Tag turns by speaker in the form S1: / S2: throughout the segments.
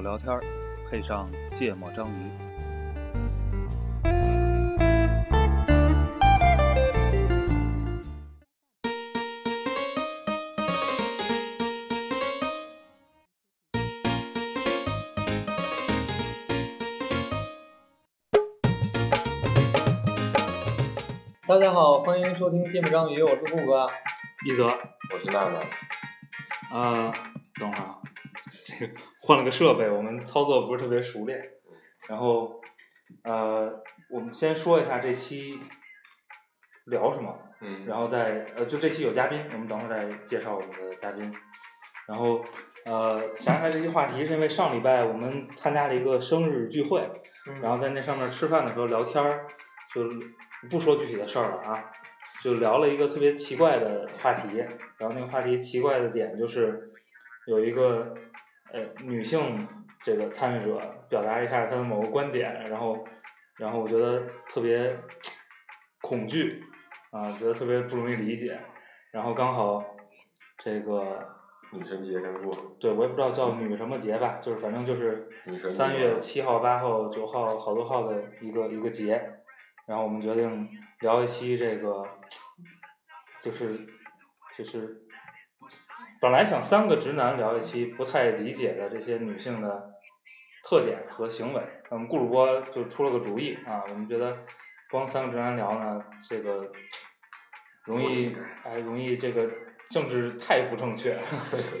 S1: 聊天，配上芥末章鱼。
S2: 大家好，欢迎收听《芥末章鱼》，我是顾哥。
S3: 一泽，
S4: 我是娜娜，
S3: 呃，等会儿啊，这个换了个设备，我们操作不是特别熟练。然后，呃，我们先说一下这期聊什么，
S4: 嗯
S3: 然后再呃，就这期有嘉宾，我们等会儿再介绍我们的嘉宾。然后，呃，想起来这期话题是因为上礼拜我们参加了一个生日聚会，然后在那上面吃饭的时候聊天儿，就不说具体的事儿了啊，就聊了一个特别奇怪的话题。然后那个话题奇怪的点就是，有一个呃女性这个参与者表达一下她的某个观点，然后然后我觉得特别恐惧啊、觉得特别不容易理解。然后刚好这个
S4: 女神节刚过，
S3: 对，我也不知道叫女什么节吧，就是反正就是
S4: 女神节
S3: 三月七号、八号、九号好多号的一个一个节，然后我们决定聊一期这个，就是就是本来想三个直男聊一期不太理解的这些女性的特点和行为，我们顾主播就出了个主意啊，我们觉得光三个直男聊呢，这个容易哎容易这个政治太不正确。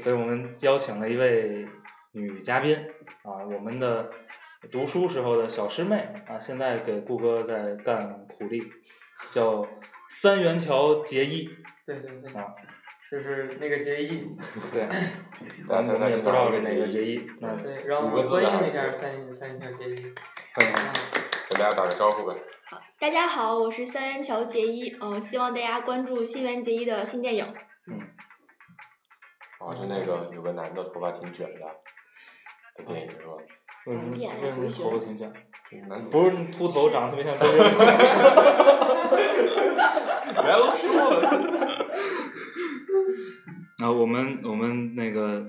S3: 所以我们邀请了一位女嘉宾啊，我们的读书时候的小师妹啊，现在给顾哥在干苦力，叫三元桥结衣
S2: 对对对，
S3: 啊，
S2: 就是那个结衣。
S3: 对，
S4: 大
S3: 嗯我
S4: 家猜
S3: 们
S4: 猜
S3: 也
S4: 是
S3: 不知道
S4: 哪
S3: 是哪个结
S4: 个结
S3: 衣
S4: 衣，
S3: 那
S4: 嗯
S2: 对，然后
S4: 五个
S2: 我
S4: 字
S2: 回
S4: 的
S2: 应一下三三条结衣。
S3: 欢迎
S2: 嗯
S4: 跟大家打个招呼呗。
S5: 大家好，我是三元桥结衣，嗯、希望大家关注新垣结衣的新电影。
S4: 啊，就那
S3: 嗯
S4: 个有个男的头发挺卷的，的电影是吧？
S3: 为什么
S5: 咱们演
S3: 为什么
S5: 回旋
S3: 头挺卷？
S4: 这个男
S3: 不
S4: 是，
S3: 是秃头，长得特别像周杰伦。
S4: 原来说了，
S3: 啊，我们我们那个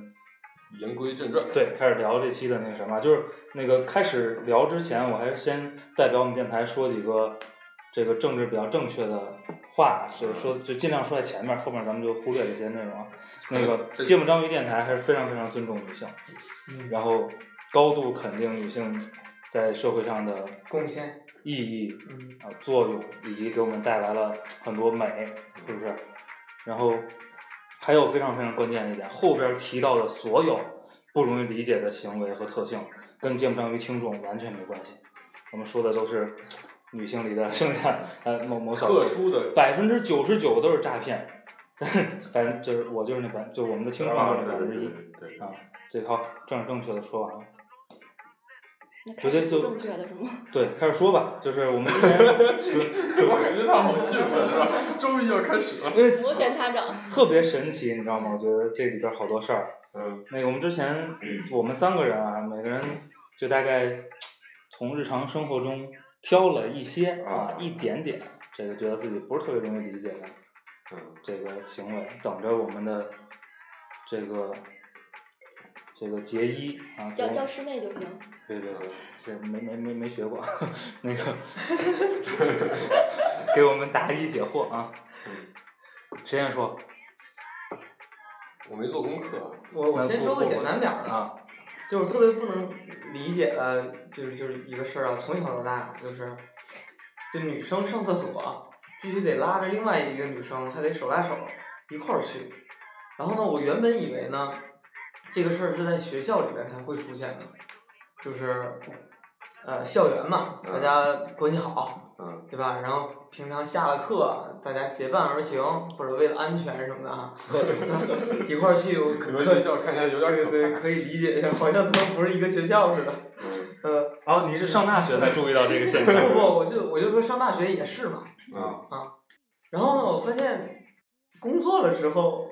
S4: 言归正传，
S3: 对，开始聊这期的那个什么，就是那个开始聊之前，我还是先代表我们电台说几个这个政治比较正确的话，所以说就尽量说在前面，后面咱们就忽略这些内容啊。那个
S4: 这
S3: 芥末章鱼电台还是非常非常尊重女性，
S2: 嗯，
S3: 然后高度肯定女性在社会上的
S2: 贡献。
S3: 意义
S2: 嗯，
S3: 啊作用，以及给我们带来了很多美，是不是？然后还有非常非常关键的一点，后边提到的所有不容易理解的行为和特性，跟见不章鱼听众完全没关系。我们说的都是女性里的剩下呃某某小
S4: 特殊的
S3: 百分之九十九都是诈骗，但是百分就是我就是那百分，就是我们的听众
S4: 啊，
S3: 就是那百
S4: 对对
S3: 分
S4: 对
S3: 之一
S4: 对对，
S3: 啊。这套正正确的说完了。
S5: 那
S3: 直接就
S5: 正确的是吗？
S3: 对，开始说吧，就是我们之 前准
S4: 我感觉他好兴奋是吧？终于要开始了。
S3: 因为
S5: 摩拳擦掌。
S3: 特别神奇，你知道吗？我觉得这里边好多事儿。
S4: 嗯，
S3: 那个我们之前我们三个人啊，每个人就大概从日常生活中挑了一些啊
S4: 啊，
S3: 一点点，这个觉得自己不是特别容易理解的
S4: 嗯，
S3: 这个行为，等着我们的这个这个结衣啊，
S5: 叫
S3: 给我
S5: 叫师妹就行。
S3: 别别别，这没没没没学过， 那个给我们答疑解惑啊。
S4: 嗯
S3: 谁先说
S4: 我没做功课，啊
S2: 我我先说个简单点儿的啊。
S3: 啊？
S2: 就是特别不能理解的，就是就是一个事儿啊，从小到大就是，就女生上厕所必须得拉着另外一个女生，还得手拉手一块儿去。然后呢，我原本以为呢，这个事儿是在学校里边才会出现的，就是，呃，校园嘛，大家关系好，
S4: 嗯，
S2: 对吧？然后平常下了课，大家结伴而行，或者为了安全什么的啊， 一块儿去。我可
S4: 你们学校看起来有点
S2: 对对，
S4: 可怕。
S2: 可以理解一下，好像都不是一个学校似的。
S4: 嗯
S2: 呃，
S3: 哦，你是上大学才注意到这个现
S2: 不
S3: 象
S2: 不，我就我就说上大学也是嘛。
S4: 嗯，
S2: 然后呢，我发现工作了之后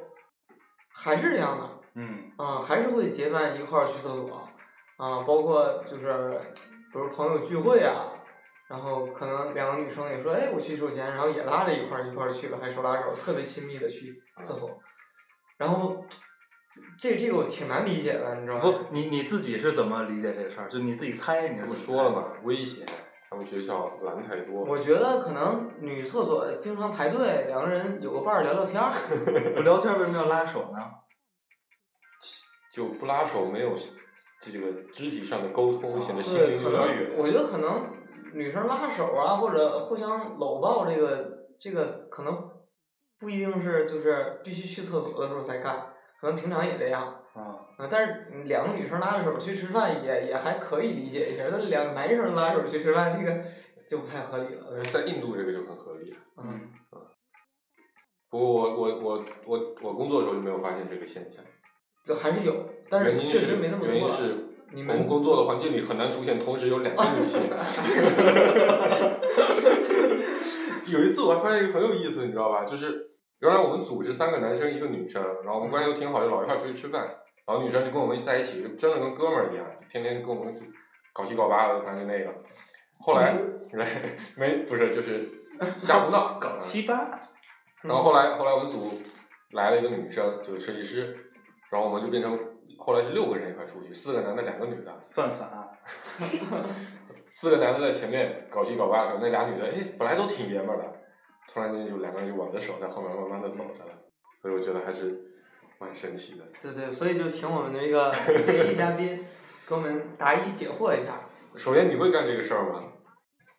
S2: 还是这样的
S3: 嗯
S2: 啊、还是会结伴一块儿去厕所啊、包括就是比如朋友聚会啊，然后可能两个女生也说，哎，我去收钱，然后也拉着一块儿一块儿去了，还手拉手，特别亲密的去厕所。然后这这个我挺难理解的，你知道
S3: 不
S2: 吧？，
S3: 你你自己是怎么理解这个事儿？就你自己猜，你
S4: 他
S3: 是怎
S4: 们
S3: 么
S4: 说了
S3: 猜的？
S4: 嘛，危险，他们学校蓝太多。
S2: 我觉得可能女厕所经常排队，两个人有个伴儿聊聊天儿，
S3: 不聊天为什么要拉手呢？
S4: 就不拉手，没有这个肢体上的沟通，显得心
S2: 啊对，
S4: 灵
S2: 可
S4: 有点远。
S2: 能我觉得可能女生拉手啊，或者互相搂抱，这个这个可能不一定是就是必须去厕所的时候才干，可能平常也这样。
S3: 啊，
S2: 啊，但是两个女生拉着手去吃饭也也还可以理解一下，但是两个男生拉手去吃饭这个就不太合理了。
S4: 在印度这个就很合理。
S2: 嗯，
S4: 不过我我我我我工作的时候就没有发现这个现象，
S2: 就还是有，但
S4: 原
S2: 是
S4: 因
S2: 确实没那么
S4: 原
S2: 多
S4: 因
S2: 了。
S4: 是
S2: 你
S4: 我
S2: 们
S4: 们工作的环境里很难出现同时有两个 女性。有一次我还发现一个很有意思，你知道吧？就是原来我们组是三个男生一个女生，然后我们关系都挺好，就老一块儿出去吃饭，然后女生就跟我们在一起，就真的跟哥们儿一样，就天天跟我们就搞七搞八的，反正就那个。后来
S2: 嗯
S4: 没不是就是瞎胡闹，嗯
S3: 搞七八，
S4: 然后后来后来我们组来了一个女生，就是设计师，然后我们就变成后来是六个人一块儿出去，四个男的，两个女的，
S3: 犯法。
S4: 四个男的在前面搞七搞八的时候，那俩女的哎本来都挺爷们儿的，突然间就两个人就挽着手在后面慢慢的走着了，所以我觉得还是蛮神奇的。
S2: 对对，所以就请我们这个非裔嘉宾 给我们答疑解惑一下。
S4: 首先你会干这个事儿吗？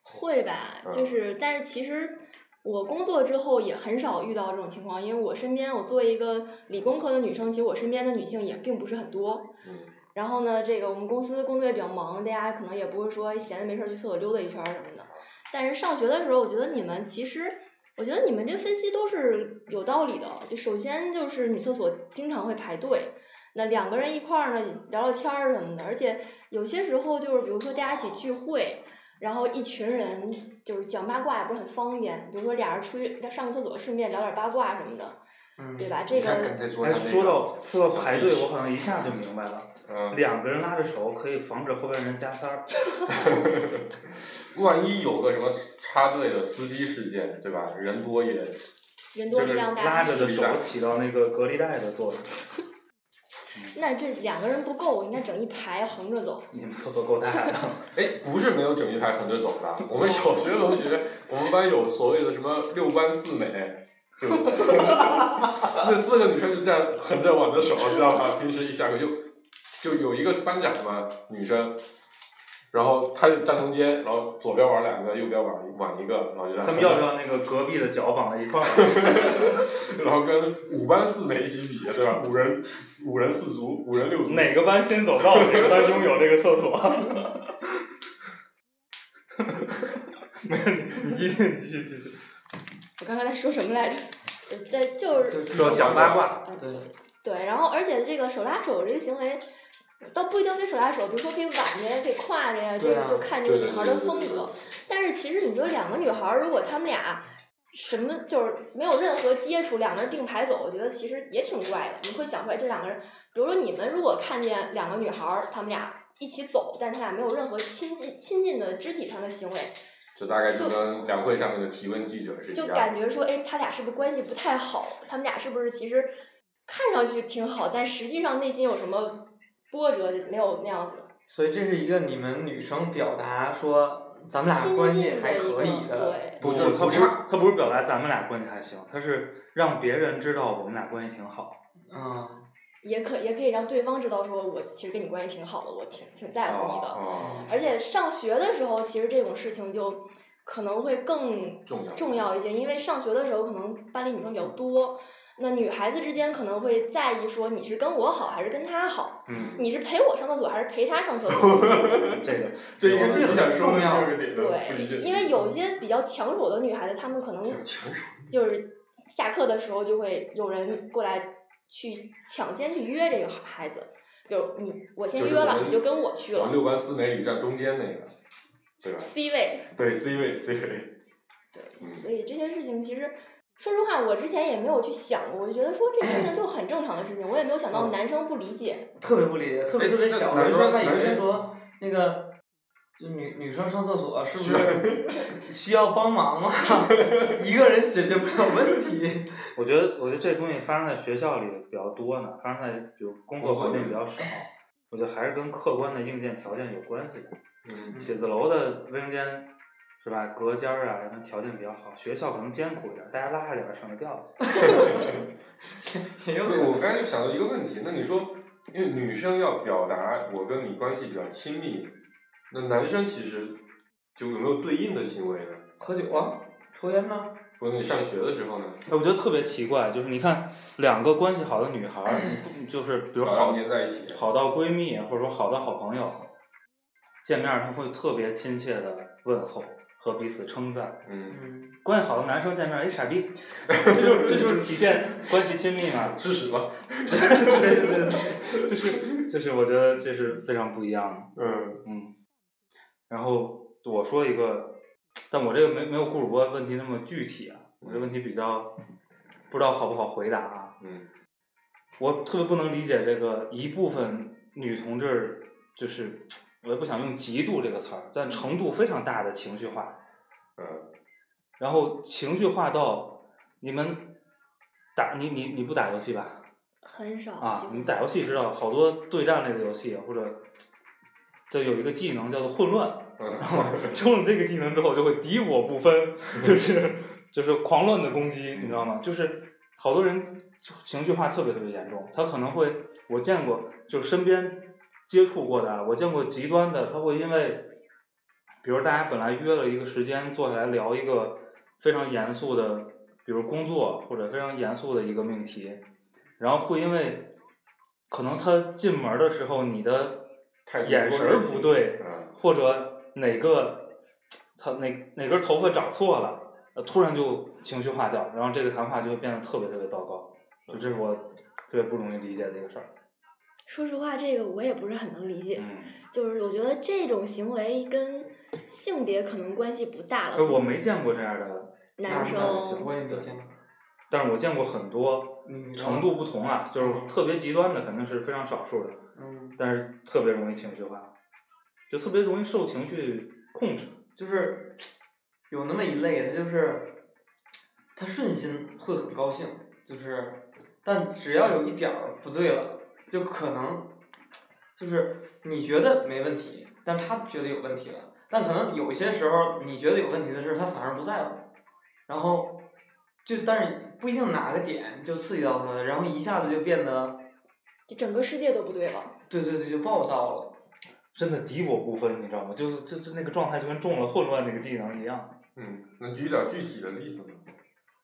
S5: 会吧，就
S4: 嗯
S5: 是，但是其实我工作之后也很少遇到这种情况，因为我身边我作为一个理工科的女生，其实我身边的女性也并不是很多。
S4: 嗯，
S5: 然后呢，这个我们公司工作也比较忙，大家可能也不会说闲着没事儿去厕所溜达一圈儿什么的。但是上学的时候，我觉得你们其实，我觉得你们这个分析都是有道理的。就首先就是女厕所经常会排队，那两个人一块儿呢聊聊天儿什么的，而且有些时候就是比如说大家一起聚会，然后一群人就是讲八卦也不是很方便，比如说俩人出去上个厕所，顺便聊点八卦什么的，
S2: 嗯，
S5: 对吧？这
S4: 你看刚
S5: 个
S4: 才桌
S3: 哎，
S4: 上那个
S3: 说到说到排队，
S4: 小
S3: 我好像一下就明白了，
S4: 嗯，
S3: 两个人拉着手可以防止后边人加塞儿。
S4: 万一有个什么插队的司机事件，对吧？人多也
S5: 人多
S3: 就
S5: 力
S3: 是
S5: 量大。
S3: 拉着的手起到那个隔离带的作用。
S5: 那这两个人不够，应该整一排横着走。
S3: 你们厕所够大 的，
S4: 哎，不是没有整一排横着走的。我们小学同学，我们班有所谓的什么六班四美，就是四那四个女生就这样横着挽着手，知道吧？平时一下课就就有一个班长嘛，女生，然后她就站中间，然后左边挽两个，右边挽挽一个，然后就在
S3: 他们要不要那个隔壁的脚绑在一块儿？
S4: 然后跟五班四美一起比，对吧？五人五人四足，五人六足。
S3: 哪个班先走到，哪个班拥有这个厕所？ 没有，你你继续，你继续，继续。
S5: 我刚刚在说什么来着？呃在就是
S2: 就是
S3: 说讲八卦，
S5: 呃
S2: 对
S5: 对，然后而且这个手拉手这个行为，倒不一定非手拉手，比如说可以挽着呀，可以挎着呀，就
S2: 对
S5: 是
S2: 啊
S5: 就看这
S4: 对
S5: 个
S4: 对
S5: 女孩
S4: 对对
S5: 儿的
S4: 对
S5: 风
S4: 对
S5: 格。但是其实你说两个女孩儿，如果她们俩什么就是没有任何接触，两个人并排走，我觉得其实也挺怪的。你会想出来这两个人，比如说你们如果看见两个女孩儿，她们俩一起走，但她俩没有任何亲近亲近的肢体上的行为，
S4: 这大概就跟两会上面的提问记者是一
S5: 就
S4: 样的。
S5: 感觉说，哎，他俩是不是关系不太好？他们俩是不是其实看上去挺好，但实际上内心有什么波折？没有那样子。
S2: 所以这是一个你们女生表达说咱们
S5: 亲
S2: 俩
S5: 近
S2: 关
S5: 的
S2: 系
S5: 一
S2: 还可
S5: 个
S2: 以的，
S5: 对，
S4: 不
S3: 不
S4: 就是哦
S3: 他
S4: 不
S3: 不
S4: 是
S3: 是他不是表达咱们俩关系还行，他是让别人知道我们俩关系挺好。
S2: 嗯，
S5: 也可也可以让对方知道，说我其实跟你关系挺好的，我挺挺在乎你的。
S4: 哦，
S5: 而且上学的时候，其实这种事情就可能会更
S4: 重要
S5: 重要一些，因为上学的时候可能班里女生比较多，那女孩子之间可能会在意说你是跟我好还是跟她好，
S4: 嗯，
S5: 你是陪我上厕所还是陪她上厕所。
S3: 这个
S4: 这
S3: 有
S4: 应该
S2: 这
S4: 是
S2: 很
S4: 你想说
S2: 重
S4: 的
S2: 要
S4: 第二个点了不理解
S5: 对，因为有些比较抢手的女孩子，她们可能
S4: 抢手
S5: 就是下课的时候就会有人过来去抢先去约这个孩子，比如你我先
S4: 就是
S5: 约
S4: 我
S5: 了，
S4: 们
S5: 你就跟我去
S4: 我
S5: 了
S4: 们六班四美里站中间那个，对吧？
S5: ，C 位。
S4: 对，C 位，C 位。
S5: 对，所以这些事情其实。说实话，我之前也没有去想过，我就觉得说这事情就很正常的事情，我也没有想到男生不理解。
S2: 特别不理解，特别特别小
S4: 哎
S2: 的
S4: 那
S2: 时候
S4: 男
S2: 还
S4: 生
S2: 以为
S4: 男生
S2: 说那个就女女生上厕所是不是需要帮忙啊？ 一个人解决不了问题。
S3: 我觉得，我觉得这东西发生在学校里比较多呢，发生在比如工作环境比较少。我觉得还是跟客观的硬件条件有关系的。
S4: 嗯
S3: 写字楼的卫生间是吧，隔间儿啊，什么条件比较好。学校可能艰苦一点，大家拉着点儿上就掉下去。
S2: 也有可
S4: 对，
S2: 能
S4: 我刚才就想到一个问题，那你说，因为女生要表达我跟你关系比较亲密，那男生其实就有没有对应的行为呢？
S2: 喝酒啊，抽烟呢、
S4: 不是你上学的时候呢，
S3: 哎我觉得特别奇怪，就是你看两个关系好的女孩儿，你不就是比如
S4: 好
S3: 好
S4: 粘在一起，
S3: 好到闺蜜，或者说好到好朋友，见面儿她会特别亲切的问候和彼此称赞。
S4: 嗯，
S2: 嗯，
S3: 关系好的男生见面儿，哎，傻逼，这就是这就是体现关系亲密嘛。
S4: 支持吧，
S3: 对对对对，就是就是，我觉得这是非常不一样的。
S4: 嗯
S3: 嗯，然后我说一个，但我这个没没有顾主播问题那么具体啊，我这问题比较不知道好不好回答啊。
S4: 嗯
S3: 我特别不能理解这个一部分女同志，就是我也不想用极度这个词儿，但程度非常大的情绪化，
S4: 嗯，
S3: 然后情绪化到你们打你你你不打游戏吧？
S5: 很少
S3: 啊
S5: 几，乎
S3: 你打游戏知道，好多对战类的游戏啊或者就有一个技能叫做混乱。然后
S4: 嗯
S3: 中了这个技能之后，就会敌我不分，就是就是狂乱的攻击，你知道吗？就是好多人情绪化特别特别严重，他可能会我见过，就身边接触过的啊，我见过极端的，他会因为，比如大家本来约了一个时间坐下来聊一个非常严肃的，比如工作或者非常严肃的一个命题，然后会因为可能他进门的时候你的
S4: 太多
S3: 眼神儿不对，
S4: 嗯
S3: 或者哪个他哪哪根头发长错了，呃，突然就情绪化掉，然后这个谈话就会变得特别特别糟糕，就这是我特别不容易理解的一个事儿。
S5: 说实话，这个我也不是很能理解。
S3: 嗯，
S5: 就是我觉得这种行为跟性别可能关系不大
S3: 哎，
S5: 了。
S3: 我没见过这样的，
S5: 男
S2: 那那行
S5: 生
S2: 我也没见过。
S3: 但是我见过很多
S2: 女的
S3: 程度不同啊，就是特别极端的肯定是非常少数的，
S2: 嗯，
S3: 但是特别容易情绪化，就特别容易受情绪控制。
S2: 就是有那么一类，他就是他顺心会很高兴，就是但只要有一点儿不对了，就可能就是你觉得没问题，但他觉得有问题了。但可能有些时候你觉得有问题的事儿，他反而不在乎，然后就但是不一定哪个点就刺激到他了，然后一下子就变得
S5: 就整个世界都不对了。
S2: 对对对就暴躁了。
S3: 真的敌我不分，你知道吗？就是就就那个状态就跟中了混乱那个技能一样。
S4: 嗯，能举点具体的例子吗？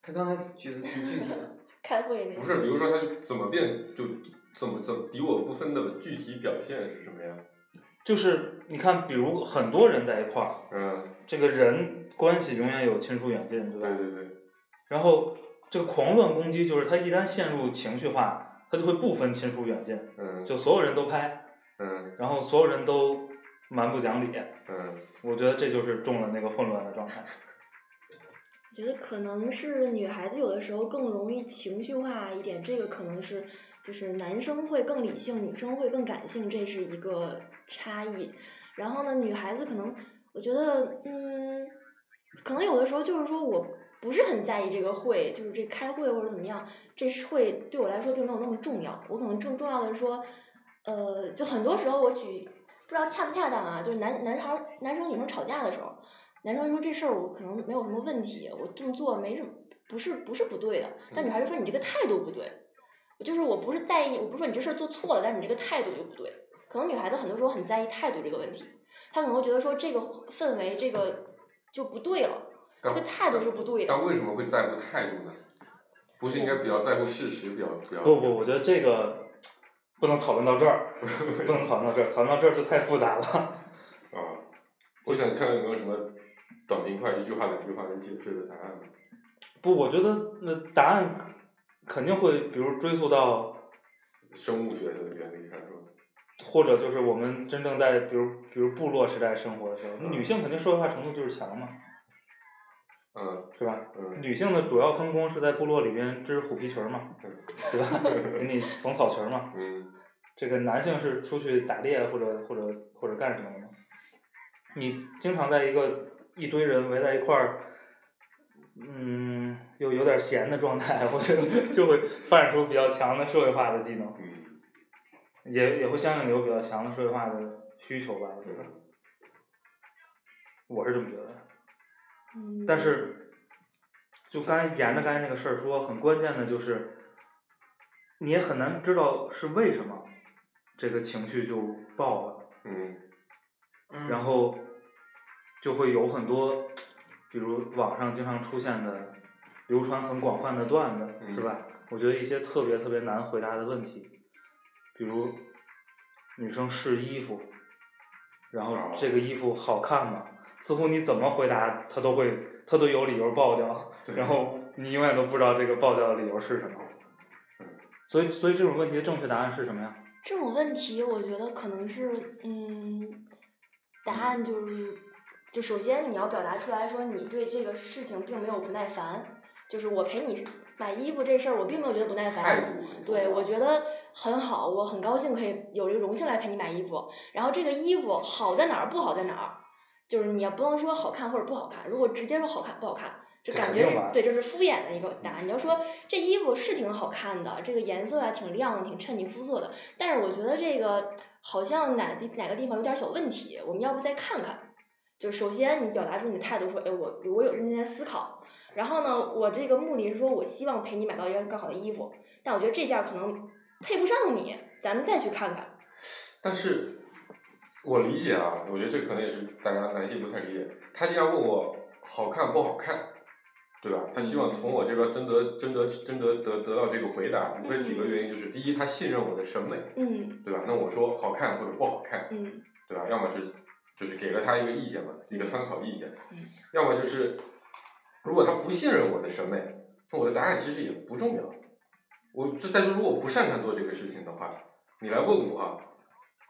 S2: 他刚才举的挺具体 的，
S5: 开会那
S4: 不是，比如说他怎么变就怎么怎么敌我不分的具体表现是什么呀？
S3: 就是你看，比如很多人在一块儿，
S4: 嗯，
S3: 这个人关系永远有亲疏远近，对吧？
S4: 对对对，
S3: 然后这个狂乱攻击就是他一旦陷入情绪化，他就会不分亲疏远近，
S4: 嗯
S3: 就所有人都拍，
S4: 嗯
S3: 然后所有人都蛮不讲理。
S4: 嗯
S3: 我觉得这就是中了那个混乱的状态。
S5: 我觉得可能是女孩子有的时候更容易情绪化一点，这个可能是就是男生会更理性，女生会更感性，这是一个差异。然后呢，女孩子可能我觉得，嗯，可能有的时候就是说我不是很在意这个会，就是这开会或者怎么样，这是会对我来说并没有那么重要。我可能更重要的是说，呃，就很多时候我举不知道恰不恰当啊，就是男男孩儿男生女生吵架的时候，男生说这事儿我可能没有什么问题，我这么做没什么，不是不是不对的。但女孩就说你这个态度不对，就是我不是在意，我不是说你这事儿做错了，但是你这个态度就不对。可能女孩子很多时候很在意态度这个问题，她可能会觉得说这个氛围这个就不对了，这
S4: 但
S5: 个态度是不对的。
S4: 但为什么会在乎态度呢？不是应该比较在乎事实，比较比较
S3: 不不，我觉得这个不能讨论到这儿，不能讨论到这儿，讨论到这儿就太复杂了。
S4: 啊？我想看看有没有什么短平快一句话两句话能解释的答案。
S3: 不，我觉得那答案肯定会，比如追溯到
S4: 生物学的原理上说，
S3: 或者就是我们真正在比如比如部落时代生活的时候，
S4: 嗯
S3: 女性肯定社会化程度就是强嘛，
S4: 嗯
S3: 是吧？
S4: 嗯
S3: 女性的主要分工是在部落里边织虎皮裙儿嘛，对吧？ 给你缝草裙儿嘛。
S4: 嗯
S3: 这个男性是出去打猎或者或者或者干什么的嘛。你经常在一个一堆人围在一块儿，嗯，又有点闲的状态，我觉得就会发展出比较强的社会化的技能，
S4: 嗯，
S3: 也也会相应有比较强的社会化的需求吧，我觉得，我是这么觉得的。
S5: 嗯，
S3: 但是，就刚才沿着刚才那个事儿说，很关键的就是，你也很难知道是为什么这个情绪就爆了，
S4: 嗯，
S2: 嗯
S3: 然后就会有很多，比如网上经常出现的，流传很广泛的段子，是吧？我觉得一些特别特别难回答的问题，比如女生试衣服，然后
S4: 哦
S3: 这个衣服好看吗？似乎你怎么回答，她都会，她都有理由爆掉，
S4: 对
S3: 然后你永远都不知道这个爆掉的理由是什么
S4: 嗯。
S3: 所以，所以这种问题的正确答案是什么呀？
S5: 这种问题，我觉得可能是，嗯，答案就是，就首先你要表达出来说你对这个事情并没有不耐烦，就是我陪你买衣服这事儿，我并没有觉得不耐烦。
S4: 态度，
S5: 对，我觉得很好，我很高兴可以有这个荣幸来陪你买衣服。然后这个衣服好在哪儿，不好在哪儿，就是你也不能说好看或者不好看。如果直接说好看不好看，这
S3: 这
S5: 感
S3: 肯
S5: 觉
S3: 定
S5: 是
S3: 吧
S5: 对，这是敷衍的一个答案。你要说这衣服是挺好看的，这个颜色啊挺亮，挺衬你肤色的，但是我觉得这个好像哪地哪个地方有点小问题，我们要不再看看。就是首先你表达出你的态度，说，哎，我我有认真在思考。然后呢，我这个目的是说我希望陪你买到一件更好的衣服，但我觉得这件儿可能配不上你，咱们再去看看。
S4: 但是我理解啊，我觉得这可能也是大家男性不太理解。他既然问我好看不好看，对吧？他希望从我这边征得征得征得得得到这个回答，无非几个原因，就是第一，他信任我的审美，
S5: 嗯
S4: 对吧？那我说好看或者不好看，
S5: 嗯
S4: 对吧？要么是就是给了他一个意见嘛，一个参考意见
S5: 嗯，
S4: 要么就是如果他不信任我的审美，那我的答案其实也不重要。我就再说，如果我不擅长做这个事情的话，你来问我啊，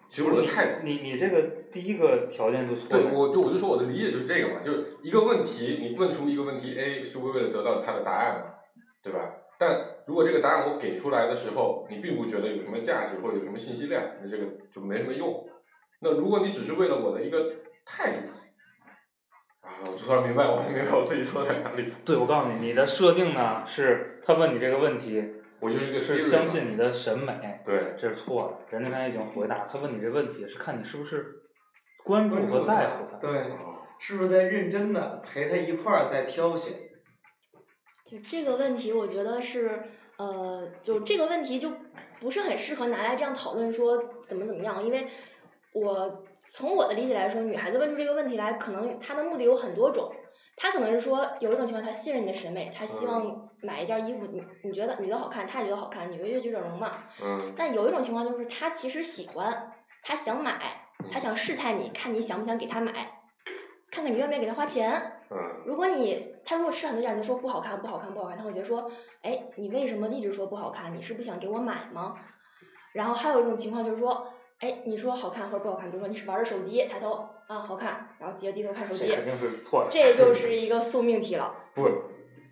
S4: 其实我的态度。
S3: 你你这个第一个条件就错了。
S4: 对，我就我就说我的理解就是这个嘛，就是一个问题，你问出一个问题 A 是为了得到它的答案嘛，对吧？但如果这个答案我给出来的时候，你并不觉得有什么价值或者有什么信息量，那这个就没什么用。那如果你只是为了我的一个态度，啊，我突然明白，我明白我自己错在哪里，
S3: 对，我告诉你，你的设定呢是他问你这个问题，
S4: 我就是一个
S3: 是
S4: Siri
S3: 相
S4: 嘛
S3: 信你的审美，
S4: 对，
S3: 这是错的。人家刚才已经回答，他问你这问题是看你是不是关注
S2: 关
S3: 和
S2: 注
S3: 在乎他。
S2: 对，
S4: 哦
S2: 是不是在认真的陪他一块儿在挑选？
S5: 就这个问题，我觉得是呃，就这个问题就不是很适合拿来这样讨论说怎么怎么样，因为我从我的理解来说，女孩子问出这个问题来，可能她的目的有很多种。她可能是说，有一种情况，她信任你的审美，她希望买一件衣服，你你觉得你觉得好看，她也觉得好看，女为悦己者容嘛。
S4: 嗯，
S5: 但有一种情况就是他其实喜欢，他想买，
S3: 嗯
S5: 他想试探你，看你想不想给他买，看看你愿不愿意给他花钱。
S4: 嗯，
S5: 如果你他如果试很多件，你就说不好看，不好看，不好看，他会觉得说，哎，你为什么一直说不好看？你是不想给我买吗？然后还有一种情况就是说，哎，你说好看或者不好看，比如说你是玩着手机，抬头啊好看，然后接着低头看手
S3: 这
S5: 机，
S3: 肯定是错的。
S5: 这就是一个宿命题 了。
S4: 不是，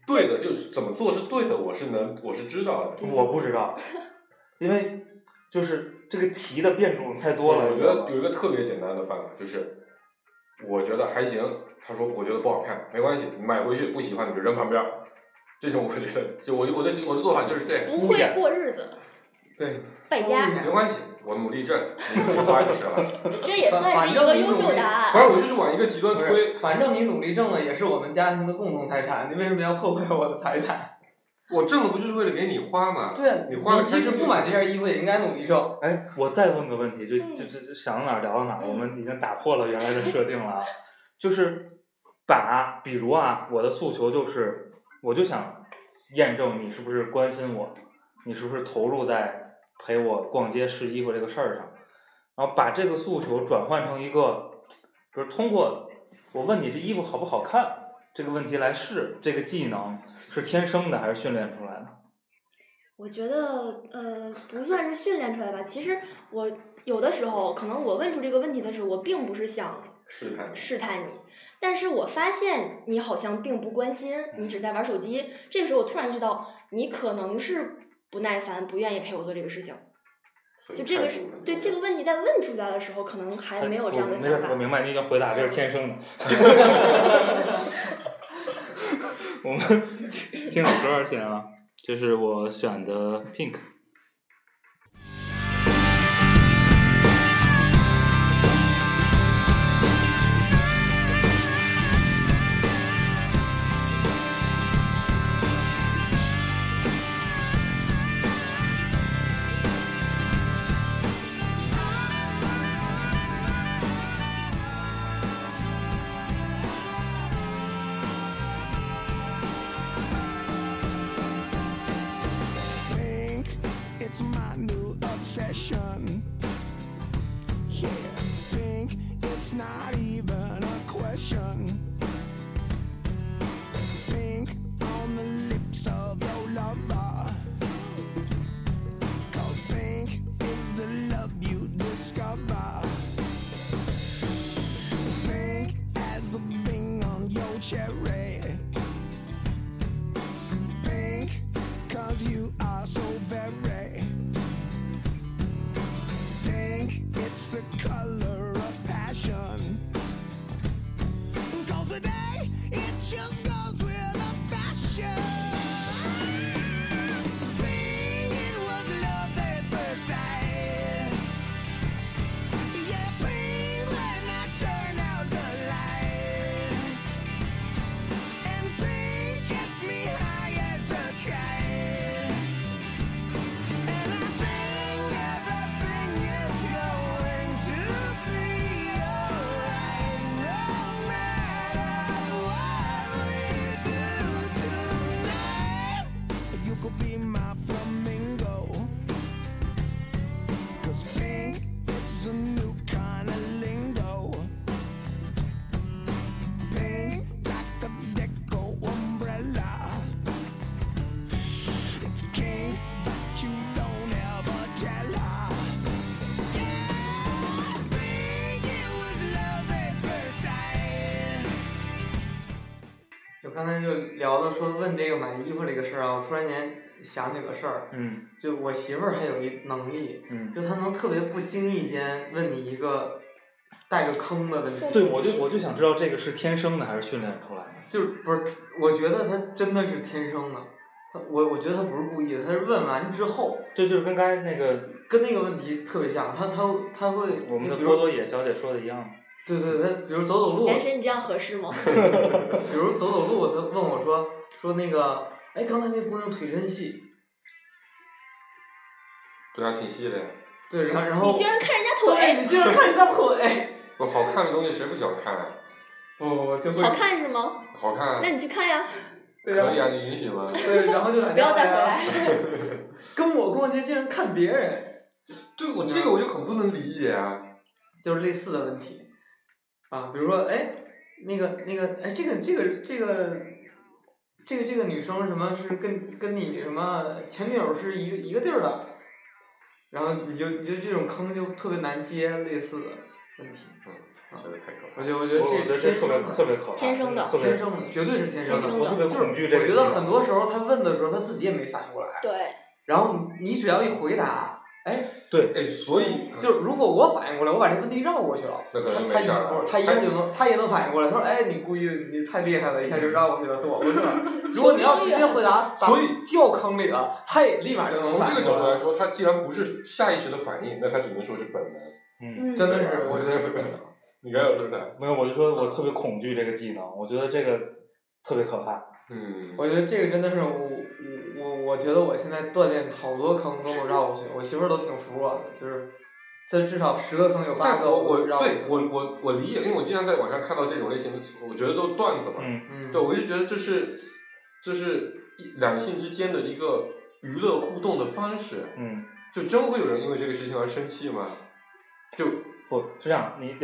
S4: 对的，就是怎么做是对的，我是能，我是知道的。
S3: 我不知道，因为就是这个题的变种太多了。
S4: 我
S3: 你
S4: 觉
S3: 知道吗
S4: 得有一个特别简单的办法，就是我觉得还行，他说我觉得不好看，没关系，你买回去不喜欢你就扔旁边儿。这种我觉得，就我我的我的做法就是这样，
S5: 不会过日子，
S2: 对，
S5: 败家，
S4: 没关系，我努力挣，你们花就是了。
S5: 这也算是一个优秀答案。
S4: 反正我就是往一个极端
S2: 不
S4: 推
S2: 是，，反正你努力挣了也是我们家庭的共同财产，你为什么要破坏我的财产？
S4: 我挣的不就是为了给你花吗？
S2: 对啊，
S4: 你花的
S2: 即使不买这件衣服，也应该努力挣。
S3: 哎，我再问个问题，就
S5: 嗯
S3: 就就就想到哪儿聊到哪儿，
S5: 嗯
S3: 我们已经打破了原来的设定了啊，就是把，比如啊，我的诉求就是，我就想验证你是不是关心我，你是不是投入在陪我逛街试衣服这个事儿上，然后把这个诉求转换成一个，就是通过我问你这衣服好不好看这个问题来试，这个技能是天生的还是训练出来的？
S5: 我觉得呃不算是训练出来吧。其实我有的时候可能我问出这个问题的时候，我并不是想
S4: 试探
S5: 试探你，但是我发现你好像并不关心，你只在玩手机。这个时候我突然意识到，你可能是不耐烦，不愿意陪我做这个事情。
S4: 所以
S5: 就这个
S4: 态
S5: 是
S4: 度很
S5: 对
S4: 重
S5: 这
S4: 要
S5: 个问题在问出来的时候，可能还没有这样的
S3: 我没
S5: 想
S3: 事
S5: 法
S3: 我。明白你已经回答，这是天 生的。我们听听首歌先啊，这是我选的 Pink。
S6: think it's my new obsession. Yeah, think it's not even a question. Think on the lips of your lover. Cause think is the love you discover. Think as the thing on your cherry think cause you are so very think it's the color of passion cause today it just goes with the fashion Think it was love at first sight. Yeah, think when I turn out the light and pink gets me high as a kite. And I think everything is going to be alright, no matter what we do tonight. You could be my flamingo, 'cause pink is a new kind of lingo pink like the deco umbrella. It's king, but you don't ever tell her. Yeah, pink, it was love at first sight.
S2: 就刚才就聊到说问这个买衣服这个事儿啊，我突然间想起个事儿，
S3: 嗯
S2: 就我媳妇儿还有一能力，
S3: 嗯，
S2: 就她能特别不经意间问你一个带个坑的问题，
S3: 对，我就我就想知道这个是天生的还是训练出来的？
S2: 就是不是？我觉得她真的是天生的，她我我觉得她不是故意的，她是问完之后
S3: 这就是跟刚才那个
S2: 跟那个问题特别像，她她她会，
S3: 我们
S2: 就
S3: 的
S2: 比
S3: 波
S2: 如
S3: 多野小姐说的一样。
S2: 对对，她比如走走路，
S5: 男神，你这样合适吗？
S2: 比如走走路，他问我说说那个，哎，刚才那姑娘腿真细，
S4: 对啊，挺细的呀。
S2: 对，然后然后
S5: 你，竟然看人家
S2: 对，
S5: 腿，
S2: 你竟然看人家腿，哎
S4: 不好看的东西谁不想看啊？
S2: 不不不，就会
S5: 好，看是吗？
S4: 好看啊
S5: 那你去看呀，
S2: 对
S4: 可以
S2: 呀，
S4: 啊，你允许吗？
S2: 对，然后就感
S5: 不
S2: 觉
S5: 要再回
S2: 哎呀
S5: 来。
S2: 跟我逛街竟然看别人，
S4: 对，我这个我就很不能理解啊。
S2: 就是类似的问题，啊，比如说，哎，那个那个，哎，这个这个这个。这个这个女生什么是跟跟你什么前女友是一个一个地儿的，然后你就你就这种坑就特别难接类似的问题，啊
S4: 真的太可
S2: 我
S4: 怕了。
S2: 觉得我觉
S3: 嗯我
S2: 得
S3: 我觉
S2: 这
S3: 得这特别
S2: 真是
S3: 特别可怕，
S5: 天生的
S3: 特别
S2: 天生的，绝对是天生的。
S5: 天生
S3: 我特别
S2: 就是
S3: 恐惧这个
S2: 我
S3: 节
S2: 觉
S3: 目。
S2: 得很多时候他问的时候，他自己也没反应过来。
S5: 对，
S2: 然后你只要一回答，哎，
S3: 对，
S4: 哎，所以
S5: 嗯
S2: 就是如果我反应过来，我把这问题绕过去了，
S4: 那可能就
S2: 他
S4: 没事儿了
S2: 一他一下就能，他也能反应过来。他说：“哎，你故意，你太厉害了，一下就绕过去了，躲过去了。如果你要直接回答，
S4: 所以
S2: 掉坑里了，他也立马就能
S4: 从
S2: 反
S4: 这
S2: 应
S4: 个
S2: 过
S4: 角度
S2: 来。
S4: 来说，他既然不是下意识的反应，那他只能说是本能。
S3: 嗯，
S5: 嗯，
S2: 真的是，我觉得是。
S4: 你该有是的。
S3: 没有，我就说我特别恐惧这个技能，我觉得这个特别可怕。
S4: 嗯，
S2: 我觉得这个真的是我我我我觉得我现在锻炼好多坑都给我绕过去，我媳妇儿都挺服我的，就是这至少十个坑有八
S4: 但
S2: 个
S4: 我我
S2: 绕过去
S4: 对我我我理解，因为我经常在网上看到这种类型的，我觉得都是段子嘛。
S3: 嗯，
S2: 嗯，
S4: 对，我就觉得这是这是一两性之间的一个娱乐互动的方式。
S3: 嗯，
S4: 就真会有人因为这个事情而生气吗？就
S3: 不是这样，你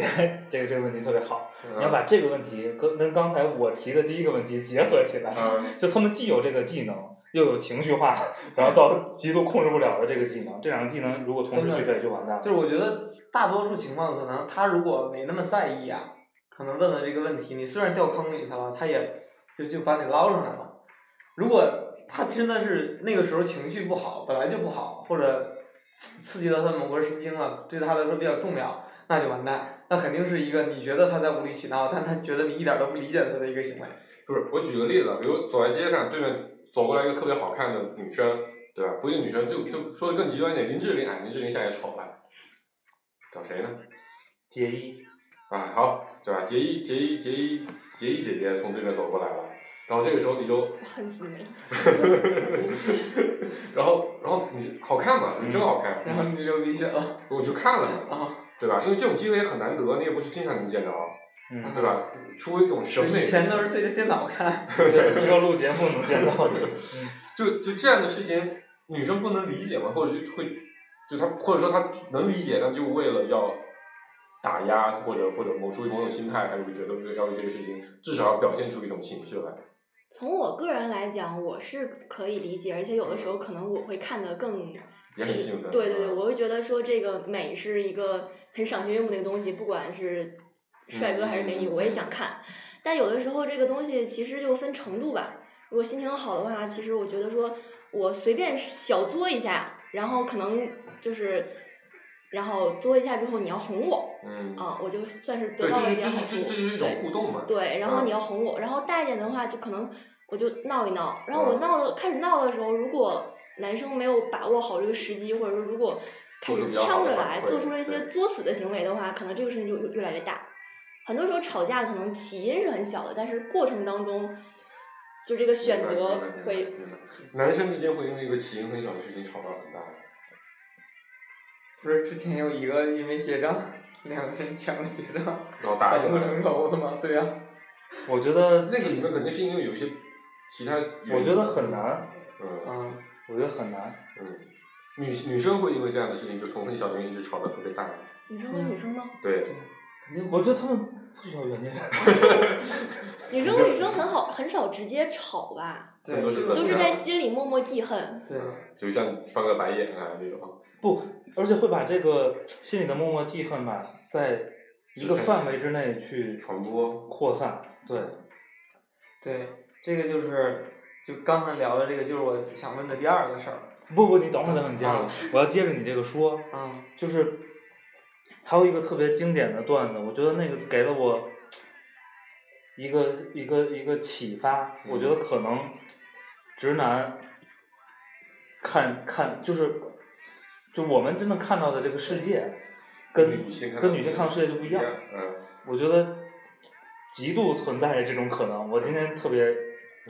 S3: 这个这个问题特别好，你要把这个问题跟跟刚才我提的第一个问题结合起来，
S4: 嗯
S3: 就他们既有这个技能，又有情绪化，然后到极度控制不了的这个技能，这两个技能如果同时具备就完蛋了
S2: 就。是我觉得大多数情况可能他如果没那么在意啊，可能问了这个问题，你虽然掉坑里去了，他也就就把你捞上来了。如果他真的是那个时候情绪不好，本来就不好，或者刺激到他某根神经了，对他来说比较重要，那就完蛋。那肯定是一个你觉得他在无理取闹，但他觉得你一点都不理解他的一个行为。
S4: 不是，我举个例子，比如走在街上，对面走过来一个特别好看的女生，对吧？不一定女生，就就说的更极端一点，林志玲，哎，林志玲现在也丑了，找谁呢？
S3: 结衣，
S4: 啊，好，对吧？杰一，杰一，杰一，杰一姐姐从对面走过来了，然后这个时候你就，
S5: 恨死你了！
S4: 然后，然后你好看嘛，你真好看，
S2: 然后
S5: 嗯
S2: 你流鼻血了
S4: 我就看了嘛，
S2: 啊！
S4: 对吧？因为这种机会也很难得，你也不是经常能见到，
S3: 嗯，
S4: 对吧？出于一种审美
S2: 以，前都是对着电脑看，
S3: 对，只有录节目能见到的。嗯
S4: 就就这样的事情，女生不能理解嘛，或者就会，就她或者说她能理解，但就为了要打压或者或者某出某种心态，她就会觉得要为这个事情至少要表现出一种情绪来。
S5: 从我个人来讲，我是可以理解，而且有的时候可能我会看得更，
S4: 也
S5: 就
S4: 很
S5: 是
S4: 兴奋
S5: 对对对，
S4: 嗯
S5: 我会觉得说这个美是一个很赏心悦目的一个东西，不管是帅哥还是美女，
S4: 嗯
S5: 我也想看。但有的时候这个东西其实就分程度吧。如果心情好的话，其实我觉得说我随便小作一下，然后可能就是，然后作一下之后你要哄我
S4: 嗯，
S5: 啊，我就算是得
S4: 对，
S5: 到了一
S4: 这
S5: 点
S4: 是
S5: 好
S4: 这是
S5: 处。
S4: 这这就是一种
S5: 对
S4: 互动嘛。
S5: 对，然后
S4: 嗯
S5: 你要哄我，然后大一点的话就可能我就闹一闹，然后我
S4: 嗯
S5: 闹的开始闹的时候，如果男生没有把握好这个时机，或者说如果开
S4: 做出
S5: 始
S4: 比较好
S5: 呛
S4: 的
S5: 着
S4: 反
S5: 来，
S4: 馈
S5: 做出了一些
S4: 对
S5: 作死的行为的话，可能这个事情就越越来越大。很多时候吵架可能起因是很小的，但是过程当中，就这个选
S4: 明白
S5: 择
S4: 明白
S5: 会
S4: 明白明白男生之间会因为一个起因很小的事情吵到很大。
S2: 不是之前有一个因为结账，两个人抢了结账，
S4: 然后打
S2: 反
S4: 起
S2: 目
S4: 来
S2: 成仇了嘛？对呀、
S3: 我觉得
S4: 那个里面肯定是因为有一些其他，
S3: 我觉得很。难，
S4: 嗯
S2: 嗯，
S3: 我觉得很难。
S4: 嗯，女女生会因为这样的事情就从很小的原因就吵到特别大。
S5: 女生和女生吗？
S4: 对，
S2: 肯定
S3: 我觉得他们不需要原因。
S4: 嗯
S5: 女生和女生很好，很少直接吵吧，
S2: 对
S4: 很多，
S2: 这
S4: 是
S2: 个
S5: 都是
S2: 对
S5: 在心里默默记恨。
S2: 对，
S4: 就像翻个白眼啊那种。
S3: 不，而且会把这个心里的默默记恨吧，在一个范围之内去
S4: 传播
S3: 扩散。对，
S2: 对，这个就是就刚才聊的这个，就是我想问的第二个事儿。
S3: 不不，你等会儿再问第二个，我要接着你这个说，
S2: 嗯
S3: 就是还有一个特别经典的段子，我觉得那个给了我一个一个一个启发。我
S4: 嗯
S3: 觉得可能直男看看就是就我们真正看到的这个世界，跟
S4: 女性看到
S3: 跟女性看到世界就不一样。
S4: 嗯，
S3: 我觉得极度存在这种可能。我今天特别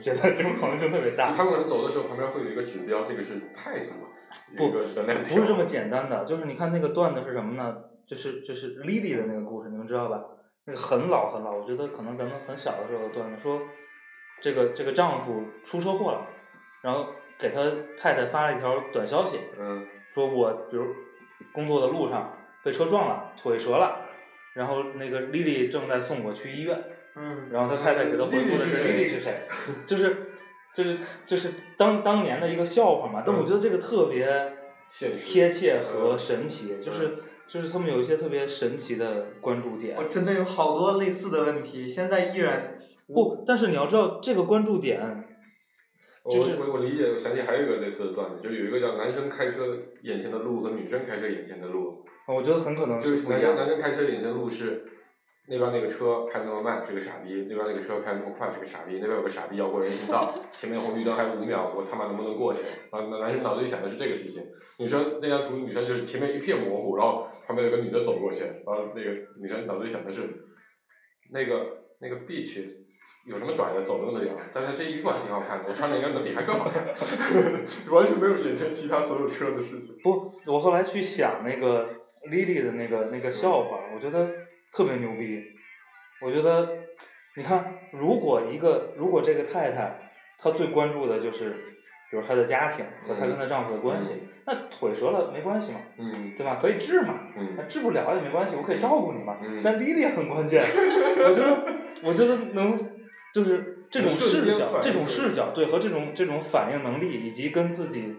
S3: 觉得这种可能性特别
S4: 就
S3: 大，
S4: 他们可能走的时候旁边会有一个指标，这个是态度嘛，
S3: 不
S4: 一个能量
S3: 不是这么简单的。就是你看那个段子是什么呢？就是就是 Lily 的那个故事，你们知道吧？那个很老很老，我觉得可能咱们很小的时候的段子，说这个这个丈夫出车祸了，然后给他太太发了一条短消息，
S4: 嗯
S3: 说我比如工作的路上被车撞了，腿折了，然后那个 Lily 正在送我去医院。
S2: 嗯，
S3: 然后他太太给他回复的是莉莉是谁，就是就是就是当当年的一个笑话嘛。但我
S4: 嗯
S3: 觉得这个特别
S4: 现实
S3: 贴切
S4: 嗯
S3: 和神奇，就是就是他们有一些特别神奇的关注点
S2: 我。真的有好多类似的问题，现在依然
S3: 不，但是你要知道这个关注点，就是
S4: 我我我理解，我想起还有一个类似的段子，就有一个叫男生开车眼前的路和女生开车眼前的路，
S3: 我觉得很可能
S4: 就是是
S3: 不
S4: 男
S3: 一
S4: 生
S3: 样
S4: 男
S3: 的。
S4: 生开车眼前的路是，那边那个车开那么慢是个傻逼，那边那个车开那么快是个傻逼，那边有个傻逼要过人行道，前面红绿灯还有五秒，我他妈能不能过去？啊，那男生脑子里想的是这个事情，女生那张图女生就是前面一片模糊，然后旁边有个女的走过去，然后那个女生脑子里想的是，那个那个 bitch。有什么拽的，走的那么凉，但是这衣服还挺好看的，我穿的应该能比还更好看， 完全没有眼前其他所有车的事情。
S3: 不，我后来去想那个 Lily 的那个那个笑话，我觉得特别牛逼。我觉得，你看，如果一个如果这个太太，她最关注的就是，比如她的家庭和她跟她丈夫的关系，那腿折了没关系嘛，
S4: 嗯
S3: 对吧？可以治嘛，
S4: 嗯
S3: 那治不了也没关系，我可以照顾你嘛。
S4: 嗯
S3: 但 Lily 很关键，我觉得，我觉得能就是这种
S4: 瞬
S3: 视
S4: 间
S3: 角，
S4: 反
S3: 这
S4: 应
S3: 种
S4: 出
S3: 视
S4: 来
S3: 角，对和这种这种反应能力，以及跟自己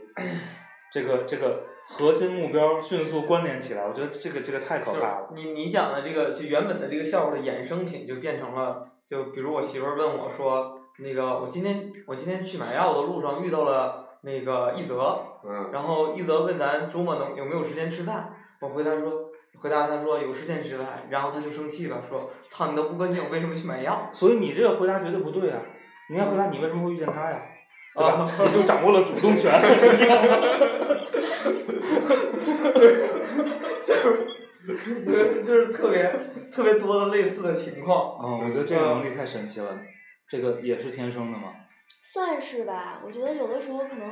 S3: 这个这个核心目标迅速关联起来，我觉得这个这个太可
S2: 就是
S3: 怕了。
S2: 你你讲的这个就原本的这个笑话的衍生品，就变成了就比如我媳妇儿问我说，那个我今天我今天去买药的路上遇到了那个一泽，
S4: 嗯，
S2: 然后一泽问咱周末能有没有时间吃饭，我回答说回答他说有时间吃饭，然后他就生气了，说操你都不高兴，为什么去买药？
S3: 所以你这个回答绝对不对啊！你应该回答你为什么会遇见他呀？对吧？
S2: 啊
S3: 你就掌握了主动权，你知道 吗？
S2: 就是就是特别特别多的类似的情况。
S3: 哦，我觉得这个
S4: 啊
S3: 能力太神奇了，这个也是天生的吗？
S5: 算是吧。我觉得有的时候可能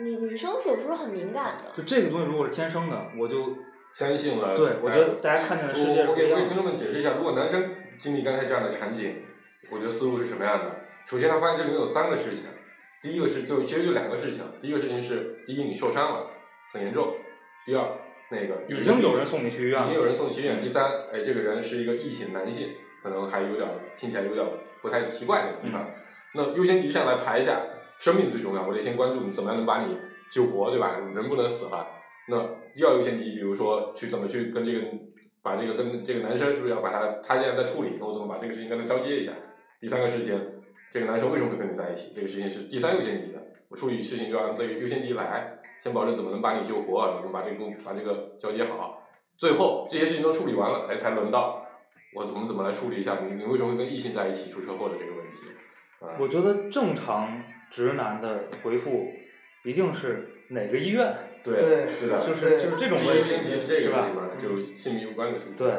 S5: 女女生是有时候很敏感的，
S3: 就这个东西如果是天生的，我就
S4: 相信了。
S3: 对我觉得大家看见的世界
S4: 呃
S3: 是
S4: 我我
S3: 不一
S4: 给
S3: 样
S4: 我给听
S3: 的。
S4: 众们解释一下，如果男生经历刚才这样的场景，我觉得思路是什么样的？首先，他发现这里面有三个事情，第一个是就其实就两个事情，第一个事情是第一你受伤了，很严重；第二那个
S3: 已经有人送你去医院
S4: 已经
S3: 了，
S4: 有人送你去医院；第三，哎，这个人是一个异性男性，可能还有点儿听起来有点儿不太奇怪的地方。那优先级上来排一下，生命最重要，我得先关注你怎么样能把你救活，对吧？人不能死了。那第二优先级，比如说去怎么去跟这个把这个跟这个男生是不是要把他他现在在处理，我怎么把这个事情跟他交接一下？第三个事情，这个男生为什么会跟你在一起？这个事情是第三优先级的，我处理事情就按这个优先级来，先保证怎么能把你救活，能把这个把这个交接好。最后这些事情都处理完了，哎，才轮到我怎么怎么来处理一下你你为什么会跟异性在一起出车祸的这个问题。啊
S3: 我觉得正常直男的回复一定是哪个医院，
S4: 对
S2: 对，
S4: 是的，
S3: 就是就是这种
S4: 第一
S3: 问
S4: 优
S3: 题
S4: 先级是这个
S3: 是
S4: 事
S3: 吧嗯
S4: 情？嘛，就性命无关的事情。
S3: 对，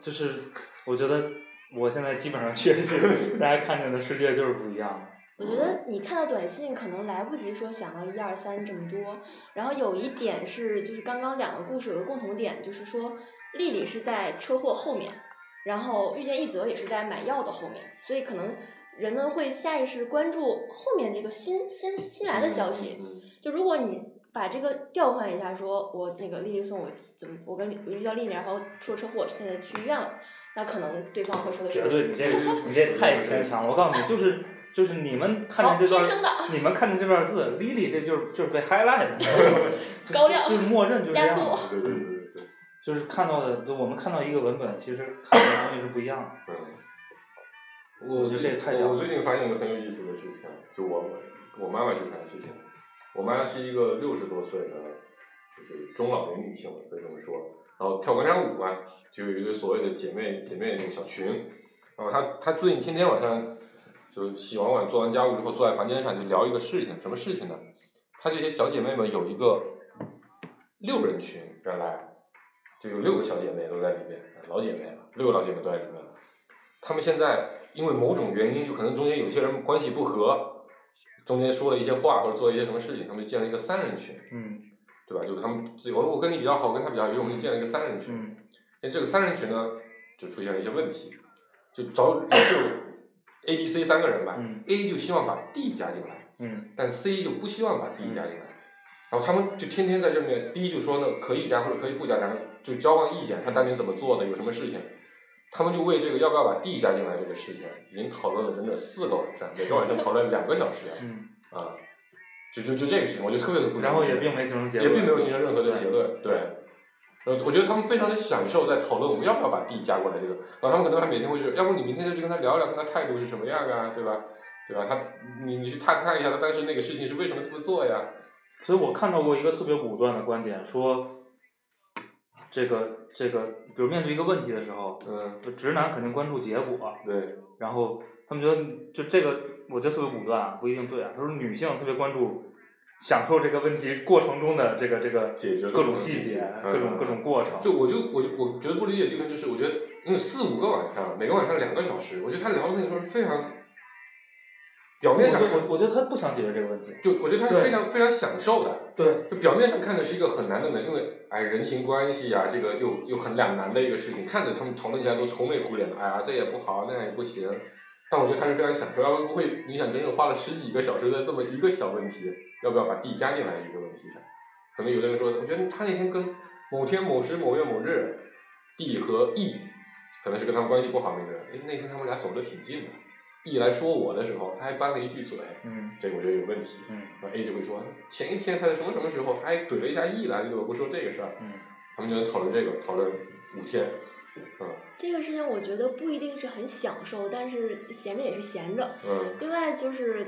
S3: 就是我觉得我现在基本上确 实，大家看见的世界就是不一样的。
S5: 我觉得你看到短信可能来不及说想要一二三这么多，然后有一点是就是刚刚两个故事有个共同点，就是说丽丽是在车祸后面，然后遇见一泽也是在买药的后面，所以可能人们会下意识关注后面这个新新新来的消息。
S4: 嗯
S5: 就如果你把这个调换一下，说我那个丽丽送我怎么我跟丽我遇到丽丽，然后出了车祸，现在去医院了，那可能对方会说的是
S3: 绝对，你这你这太牵强了。我告诉你，就是就是你们看见这段
S5: 好天生的，
S3: 你们看见这段字，Lily 这就是就是被 highlight 的就是，
S5: 高亮
S3: 就是默认就是这
S5: 加
S3: 样
S5: 粗
S3: 的，
S4: 嗯对对对对对，
S3: 就是看到的，就我们看到一个文本，其实看到的东西是不一样的。
S4: 嗯，我
S3: 我觉得这也太
S4: 最
S3: 像
S4: 我
S3: 了
S4: 最近发现一个很有意思的事情，就我我妈妈这件事情，我妈是一个六十多岁的，就是中老年女性吧，可以这么说。然后跳广场舞嘛，就有一个所谓的姐妹姐妹那个小群，然后她她最近天天晚上就洗完碗做完家务之后，坐在房间上就聊一个事情，什么事情呢？她这些小姐妹们有一个六人群，原来就有六个小姐妹都在里面，老姐妹了，六个老姐妹都在里面了。她们现在因为某种原因，就可能中间有些人关系不和，中间说了一些话或者做了一些什么事情，她们就建了一个三人群，
S3: 嗯
S4: 对吧？就是她们自己，我我跟你比较好，我跟她比较好，于是我们就建了一个三人群。
S3: 嗯，
S4: 那这个三人群呢，就出现了一些问题，就找就 A、B、C 三个人吧、
S3: 嗯
S4: a 就希望把 D 加进来，
S3: 嗯
S4: 但 C 就不希望把 D 加进来，然后他们就天天在这里面，B 就说呢可以加或者可以不加，咱们就交换意见，他当年怎么做的，有什么事情，他们就为这个要不要把 D 加进来这个事情，已经讨论了整整四个晚上，每个晚上讨论两个小时
S3: 嗯，
S4: 啊，就就就这个事情，我就特别的不理解，
S3: 然后也并没形成结
S4: 嗯也
S3: 论，
S4: 并没有形成任何的结论，对。呃，我觉得他们非常的享受在讨论我们要不要把 D 加过来这个，然后他们可能还每天会去，要不你明天就去跟他聊一聊，看他态度是什么样啊，对吧？对吧？他你你去探看一下他当时那个事情是为什么这么做呀？
S3: 所以我看到过一个特别武断的观点，说这个这个，比如面对一个问题的时候，
S4: 嗯，
S3: 直男肯定关注结果，
S4: 对，
S3: 然后他们觉得就这个，我觉得特别武断啊，不一定对啊。他说女性特别关注享受这个问题过程中的这个这个
S4: 解决的
S3: 各
S4: 问
S3: 种
S4: 题
S3: 细节，
S4: 嗯
S3: 各种各种过程。
S4: 就我就我就我觉得不理解的地方就是，我觉得因为四五个晚上，每个晚上两个小时，我觉得他聊的那个时候是非常表
S3: 我
S4: 面
S3: 觉
S4: 上
S3: 得
S4: 看
S3: 我，我觉得他不想解决这个问题。
S4: 就我觉得他是
S2: 对
S4: 非常非常享受的，
S2: 对，
S4: 就表面上看着是一个很难的呢，因为哎人情关系啊，这个又又很两难的一个事情，看着他们讨论起来都愁眉苦脸的，哎呀这也不好，那样也不行。但我觉得他是非常享受，要不然不会你想整整花了十几个小时在这么一个小问题，要不要把 D 加进来一个问题上。可能有的人说，我觉得他那天跟某天某时某月某日 D 和 E，可能是跟他们关系不好那个人，哎那天他们俩走得挺近的，E 来说我的时候，他还扳了一句嘴，
S3: 嗯
S4: 这个我觉得有问题。
S3: 嗯
S4: 然后 A 就会说，前一天他在什么什么时候，他还怼了一下 E 来，你怎么不说这个事儿？
S3: 嗯，
S4: 他们就能讨论这个，讨论五天，嗯
S5: 这个事情我觉得不一定是很享受，但是闲着也是闲着。
S4: 嗯
S5: 另外就是，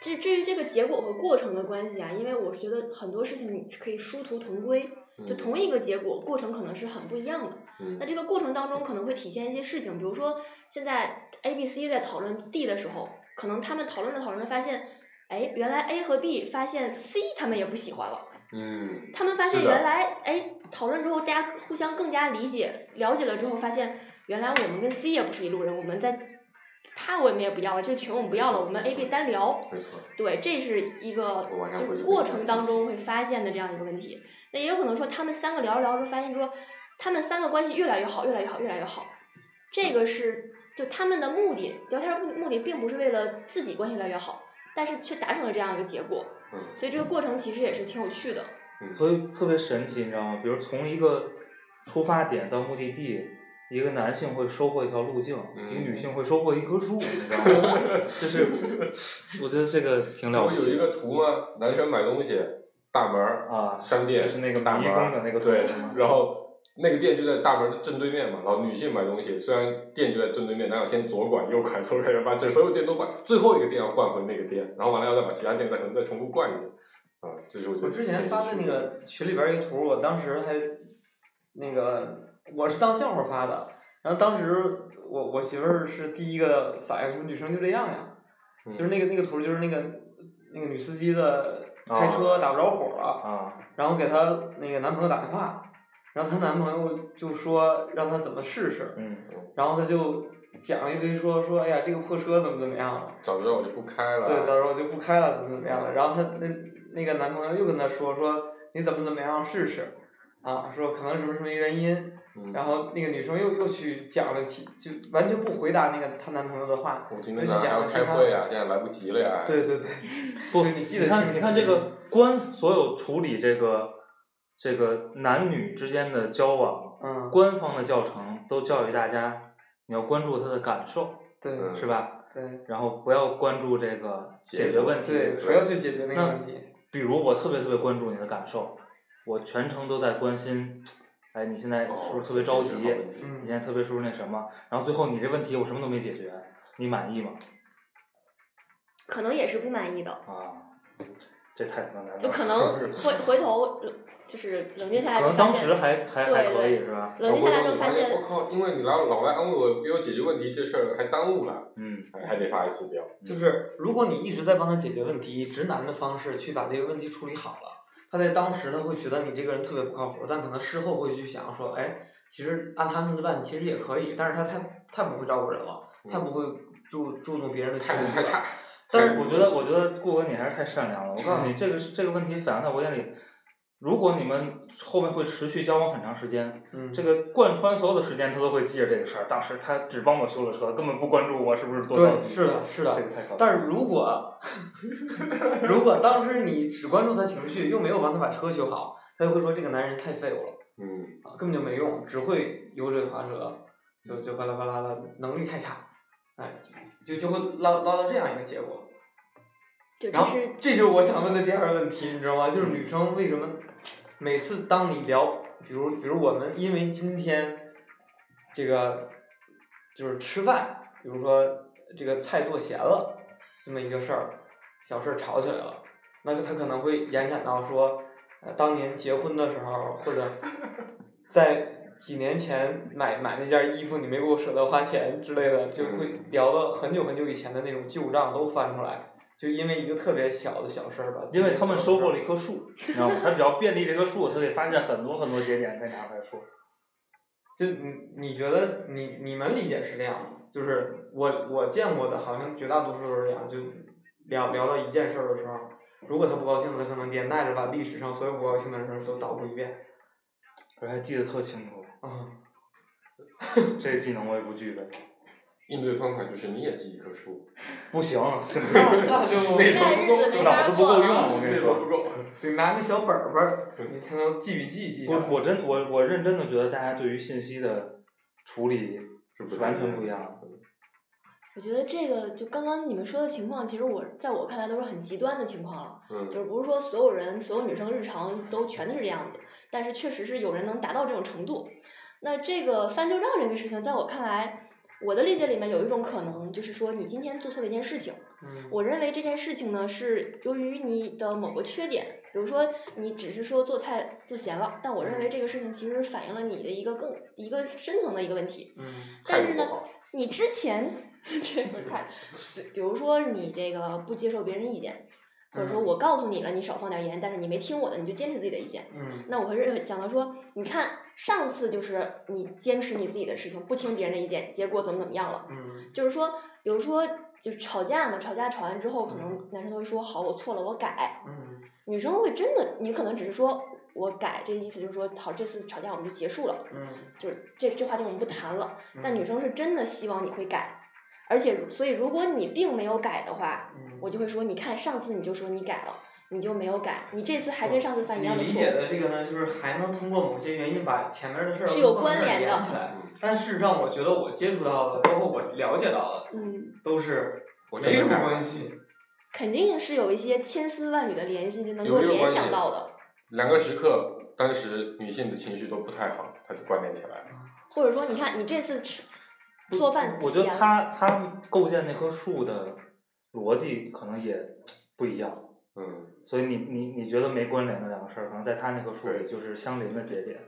S5: 至至于这个结果和过程的关系啊，因为我是觉得很多事情你可以殊途同归，就同一个结果，过程可能是很不一样的。
S4: 嗯
S5: 那这个过程当中可能会体现一些事情，比如说现在 A、B、C 在讨论 D 的时候，可能他们讨论着讨论着发现，哎，原来 A 和 B 发现 C 他们也不喜欢了。
S4: 嗯
S5: 他们发现
S4: 是的
S5: 原来，哎，讨论之后大家互相更加理解，了解了之后发现，原来我们跟 C 也不是一路人，我们在他我们也不要了，这个群我们不要了，我们 A B 单聊。
S4: 没错，
S5: 对，这是一个
S4: 我晚上
S5: 就
S4: 回
S5: 是
S4: 去
S5: 过
S4: 跟他
S5: 程
S4: 分
S5: 当
S4: 析
S5: 中会发现的这样一个问题。那也有可能说，他们三个聊着聊着发现说，他们三个关系越来越好，越来越好，越来越好。这个是就他们的目的，聊天的目的并不是为了自己关系越来越好，但是却达成了这样一个结果。
S4: 嗯
S5: 所以这个过程其实也是挺有趣的。
S3: 所以特别神奇，你知道吗？比如从一个出发点到目的地，一个男性会收获一条路径，
S4: 嗯
S3: 一个女性会收获一棵树，你知道 吗？就是我觉得这个挺了
S4: 不
S3: 不
S4: 有
S3: 起
S4: 一个
S3: 的
S4: 图吗？男生买东西，大门儿
S3: 啊
S4: 商店
S3: 就是那个
S4: 大
S3: 迷
S4: 门
S3: 宫
S4: 儿
S3: 的那个
S4: 对
S3: 图是吗，
S4: 然后那个店就在大门的正对面嘛。然后女性买东西，虽然店就在正对面，但要先左拐右拐左拐右拐，这所有店都拐，最后一个店要逛回那个店，然后完了要再把其他店再可能再重复逛一遍。啊，这是我觉得
S2: 我之前
S4: 这
S2: 发的那个群里边儿一个图，我当时还那个我是当笑话发的，然后当时我我媳妇儿是第一个反应说女生就这样呀，
S4: 嗯
S2: 就是那个那个图就是那个那个女司机的
S3: 啊
S2: 开车打不着火了，
S3: 啊，
S2: 然后给她那个男朋友打电话，然后她男朋友就说让她怎么试试，
S3: 嗯，
S2: 然后她就讲了一堆说说哎呀这个破车怎么怎么样了。
S4: 早知道我就不开了。
S2: 对，到时候我就不开了，怎么怎么样了。然后她那那个男朋友又跟她说说你怎么怎么样试试，啊，说可能什么什么原因。
S4: 嗯
S2: 然后那个女生又又去讲了其就完全不回答那个她男朋友的话。
S4: 我今天早上还要开会啊，现在来不及了呀。
S2: 对对对，
S3: 不，
S2: 对你记得清
S3: 看
S2: 楚
S3: 你看这
S4: 嗯
S3: 个官所有处理这个这个男女之间的交往，
S2: 嗯，
S3: 官方的教程都教育大家，你要关注他的感受，
S2: 对
S4: 嗯
S3: 是吧？
S2: 对
S3: 然后不要关注这个解决问题。
S2: 对，不要去解决那个问题。
S3: 比如我特别特别关注你的感受，我全程都在关心，哎，你现在
S4: 哦
S3: 是不是特别着急？
S4: 这是好问题
S3: 你
S2: 嗯
S3: 现，在特别是不是那什么？然后最后你这问题我什么都没解决，你满意吗？
S5: 可能也是不满意的，
S3: 啊，这太他妈难了。
S5: 就可 能回回头冷就是冷静下来
S3: 可
S5: 就
S3: 能
S5: 发
S3: 当
S5: 现，
S3: 时还还还可以
S5: 对对
S3: 是吧？
S5: 冷静下来之后
S4: 发
S5: 发
S4: 哎现，我
S5: 现，
S4: 靠，因为你老老来安慰我，给我解决问题这事儿还耽误了，
S3: 嗯，
S4: 还还得发一次飙。
S2: 就是如果你一直在帮他解决问题，以直男的方式去把这个问题处理好了，他在当时他会觉得你这个人特别不靠谱，但可能事后会去想说，哎，其实按他们的办其实也可以，但是他太太不会照顾人了，太不会注注重别人的情
S4: 太太
S2: 绪了。
S4: 差。
S2: 但嗯
S3: 我觉得，我觉得顾哥你还是太善良了。我告诉你，这个是这个问题反映在我眼里，如果你们后面会持续交往很长时间，
S2: 嗯，
S3: 这个贯穿所有的时间，他都会记着这个事儿。当时他只帮我修了车，根本不关注我是不是多着
S2: 对，
S3: 急。
S2: 是的，是
S3: 这
S2: 的
S3: 个。太可怕了。
S2: 但是如果如果当时你只关注他情绪，又没有帮他把车修好，他就会说这个男人太废物了，
S4: 嗯。
S2: 啊，根本就没用，只会油嘴滑舌，就就巴拉巴拉的，能力太差，哎，就就会捞捞到这样一个结果。
S5: 就
S2: 然
S5: 这
S2: 后
S5: 是
S2: 这就是我想问的第二个问题，你知道吗？就是女生为什么每次当你聊，比如比如我们因为今天这个就是吃饭，比如说这个菜做咸了这么一个事儿，小事儿吵起来了，那他可能会延展到说，呃，当年结婚的时候，或者在几年前买买那件衣服，你没给我舍得花钱之类的，就会聊到很久很久以前的那种旧账都翻出来，就因为一个特别小的小事儿吧。
S3: 因为他们收获了一 棵树，你知道吗？他只要便利这棵树，他得发现很多很多节点再拿出来说。
S2: 就你你觉得你你们理解是这样吗？就是我我见过的，好像绝大多数都是这样，就聊聊到一件事儿的时候，如果他不高兴了，他可能连带着把历史上所有不高兴的事儿都捣鼓一遍。
S3: 我还记得特清楚，
S2: 嗯，
S3: 这技能我也不具备，
S4: 应对方法就是你也记一棵树，
S3: 不行，
S2: 那就
S4: 那
S5: 现
S4: 时
S5: 在
S4: 候不
S5: 日子
S4: 够
S5: 没
S3: 脑
S5: 法
S3: 子不
S5: 过
S3: 够用，
S5: 了
S3: 我。跟你
S4: 那头
S3: 说
S4: 不。够。
S2: 得拿个小本儿本儿，你才能记笔记记下
S3: 我
S2: 来。
S3: 我真我我认真的觉得大家对于信息的处理
S4: 是不太
S3: 完
S4: 一
S3: 全
S4: 样
S3: 不一样的。
S5: 我觉得这个就刚刚你们说的情况，其实我在我看来都是很极端的情况了，就
S4: 嗯，
S5: 是不是说所有人、所有女生日常都全都是这样子，但是确实是有人能达到这种程度。那这个翻旧账这个事情，在我看来，我的理解里面有一种可能，就是说你今天做错了一件事情，
S2: 嗯，
S5: 我认为这件事情呢是由于你的某个缺点，比如说你只是说做菜做咸了，但我
S4: 嗯
S5: 认为这个事情其实反映了你的一个更一个深层的一个问题。
S2: 嗯
S4: 态
S5: 但
S4: 度
S5: 是
S4: 不
S5: 呢
S4: 好，
S5: 你之前 这个看，比如说你这个不接受别人意见，或者说
S2: 嗯
S5: 我告诉你了，你少放点盐，但是你没听我的，你就坚持自己的意见。
S2: 嗯
S5: 那我会认为想到说，你看上次就是你坚持你自己的事情，不听别人的意见，结果怎么怎么样了？
S2: 嗯
S5: 就是说，比如说就是吵架嘛，吵架吵完之后，可能男生都会说好，我错了，我改。
S2: 嗯
S5: 女生会真的，你可能只是说我改，这意思就是说好，这次吵架我们就结束了，
S2: 嗯，
S5: 就是这这话题我们不谈了。但
S2: 嗯
S5: 女生是真的希望你会改，而且如所以如果你并没有改的话，
S2: 嗯
S5: 我就会说，你看上次你就说你改了，你就没有改，你这次还跟上次犯一
S2: 嗯你
S5: 样的
S2: 理
S5: 错
S2: 解
S5: 误。
S2: 的这个呢，就是还能通过某些原因把前面的事儿
S5: 是
S2: 跟
S5: 有
S2: 后面
S5: 关
S2: 事儿
S5: 联的
S2: 连起来。
S4: 嗯，
S2: 但事实上，我觉得我接触到的，包括我了解到的，
S5: 嗯，
S2: 都是
S4: 我
S2: 没
S4: 真
S2: 什
S4: 是
S2: 么
S4: 改。
S2: 关系。
S5: 肯定是有一些千丝万缕的联系，就能
S4: 有
S5: 够
S4: 没有
S5: 联
S4: 关系
S5: 想到的，
S4: 两个时刻，当时女性的情绪都不太好，她就关联起来了。
S5: 或者说，你看你这次吃做饭
S3: 嗯我觉得
S5: 咸了
S3: 他他构建那棵树的逻辑可能也不一样，
S4: 嗯，
S3: 所以你你你觉得没关联的两个事儿，可能在他那棵树里就是相邻的节点。